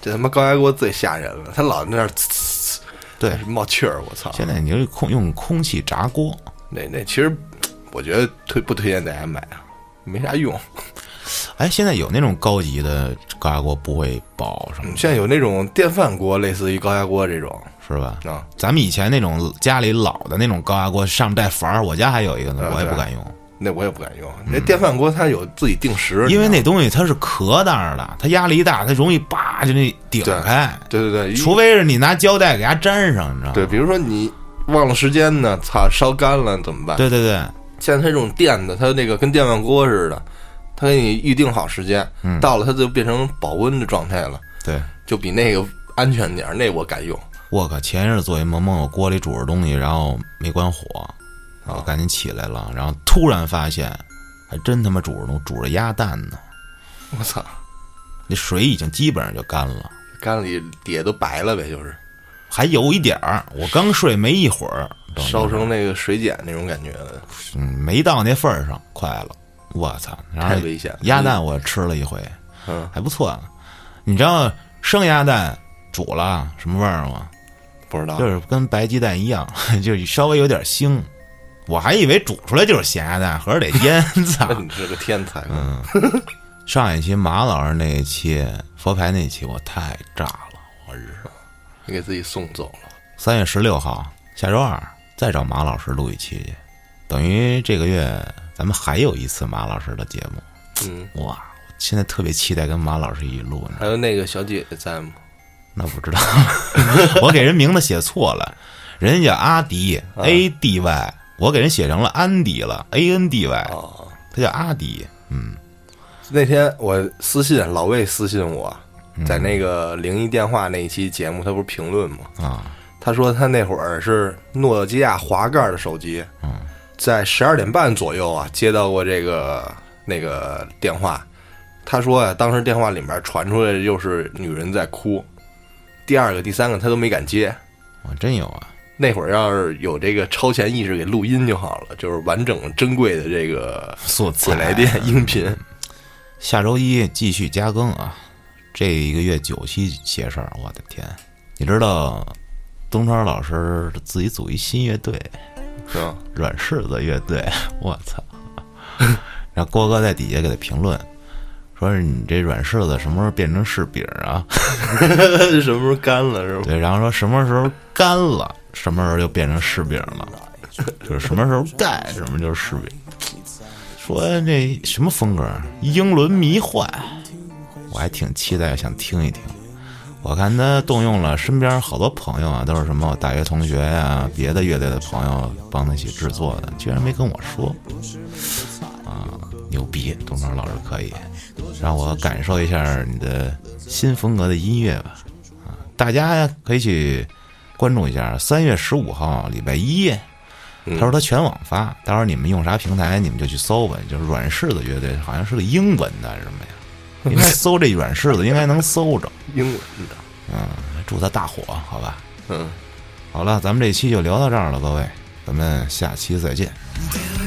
B: 这他妈高压锅最吓人了，他老在那儿呲呲呲
A: 对，
B: 冒气儿，我操！
A: 现在你就空用空气炸锅，
B: 那那其实我觉得推不推荐大家买啊，没啥用。
A: 哎，现在有那种高级的高压锅不会爆什么
B: 现在有那种电饭锅，类似于高压锅这种
A: 的，是吧？
B: 啊，
A: 咱们以前那种家里老的那种高压锅，上面带阀儿，我家还有一个呢
B: 啊，
A: 我也
B: 对
A: 不敢用，
B: 那我也不敢用。那电饭锅它有自己定时，
A: 嗯因为
B: 你
A: 那东西它是壳蛋儿的，它压力一大，它容易叭就那顶
B: 对
A: 开，
B: 知道吗对对对，
A: 除非是你拿胶带给它粘上，你知道吗？
B: 对，比如说你忘了时间呢，操，烧干了怎么办？
A: 对对对，
B: 现在它这种电的，它那个跟电饭锅似的，它给你预定好时间，
A: 嗯
B: 到了它就变成保温的状态了，
A: 对，
B: 就比那个安全点儿。那我敢用，
A: 我靠，前一日做一梦梦，我锅里煮着东西，然后没关火，然
B: 啊
A: 后赶紧起来了，然后突然发现，还真他妈煮着东煮着鸭蛋呢，
B: 我操，
A: 那水已经基本上就干了。
B: 干了也底下都白了呗，就是
A: 还有一点儿，我刚睡没一会儿，等
B: 烧成那个水碱那种感觉了，
A: 嗯，没到那份儿上，快了，我操！然
B: 太
A: 后
B: 危险了。
A: 哎鸭蛋我吃了一回，
B: 嗯，
A: 还不错啊。你知道生鸭蛋煮了什么味儿吗？
B: 不知道，
A: 就是跟白鸡蛋一样， 就是稍微有点腥。我还以为煮出来就是咸鸭蛋，合着得腌。操
B: 那！你是个天才。
A: 嗯，上一期马老师那一期佛牌那一期我太炸了，我日！
B: 你给自己送走了。
A: 三月十六号，下周二再找马老师录一期去，等于这个月咱们还有一次马老师的节目。
B: 嗯，
A: 哇，我现在特别期待跟马老师一起录呢。
B: 还有那个小姐姐在吗？
A: 那不知道，我给人名字写错了，人家叫阿迪 A D Y，我给人写成了安迪了 A N D Y，
B: 哦，
A: 他叫阿迪。嗯，
B: 那天我私信老魏私信我，
A: 嗯
B: 在那个灵异电话那一期节目，他不是评论吗？
A: 啊，
B: 他说他那会儿是诺基亚滑盖的手机，
A: 嗯，
B: 在十二点半左右啊，接到过这个那个电话。他说啊，当时电话里面传出来的就是女人在哭，第二个、第三个他都没敢接。
A: 我真有啊，
B: 那会儿要是有这个超前意识给录音就好了，就是完整珍贵的这个
A: 素
B: 自
A: 材
B: 来电音频。
A: 下周一继续加更啊！这一个月九期邪事儿，我的天！你知道东川老师自己组一新乐队，
B: 是吧？
A: 软柿子乐队， 我操！然后郭哥在底下给他评论，说是你这软柿子什么时候变成柿饼啊？
B: 什么时候干了是吧？
A: 对，然后说什么时候干了，什么时候就变成柿饼了，就是什么时候干，什么就是柿饼。说这什么风格啊？英伦迷幻，我还挺期待，想听一听。我看他动用了身边好多朋友啊，都是什么我大学同学呀、别的乐队的朋友帮他一起制作的，居然没跟我说。啊，牛逼，东川老师可以，让我感受一下你的新风格的音乐吧。大家可以去关注一下，三月十五号礼拜一，他说他全网发，到时候你们用啥平台你们就去搜吧，就是软柿子乐队，好像是个英文的还是什么呀？应该搜这软柿子，应该能搜着。
B: 英文的，
A: 祝他大火，好吧？
B: 嗯。
A: 好了，咱们这期就聊到这儿了，各位，咱们下期再见。
C: Do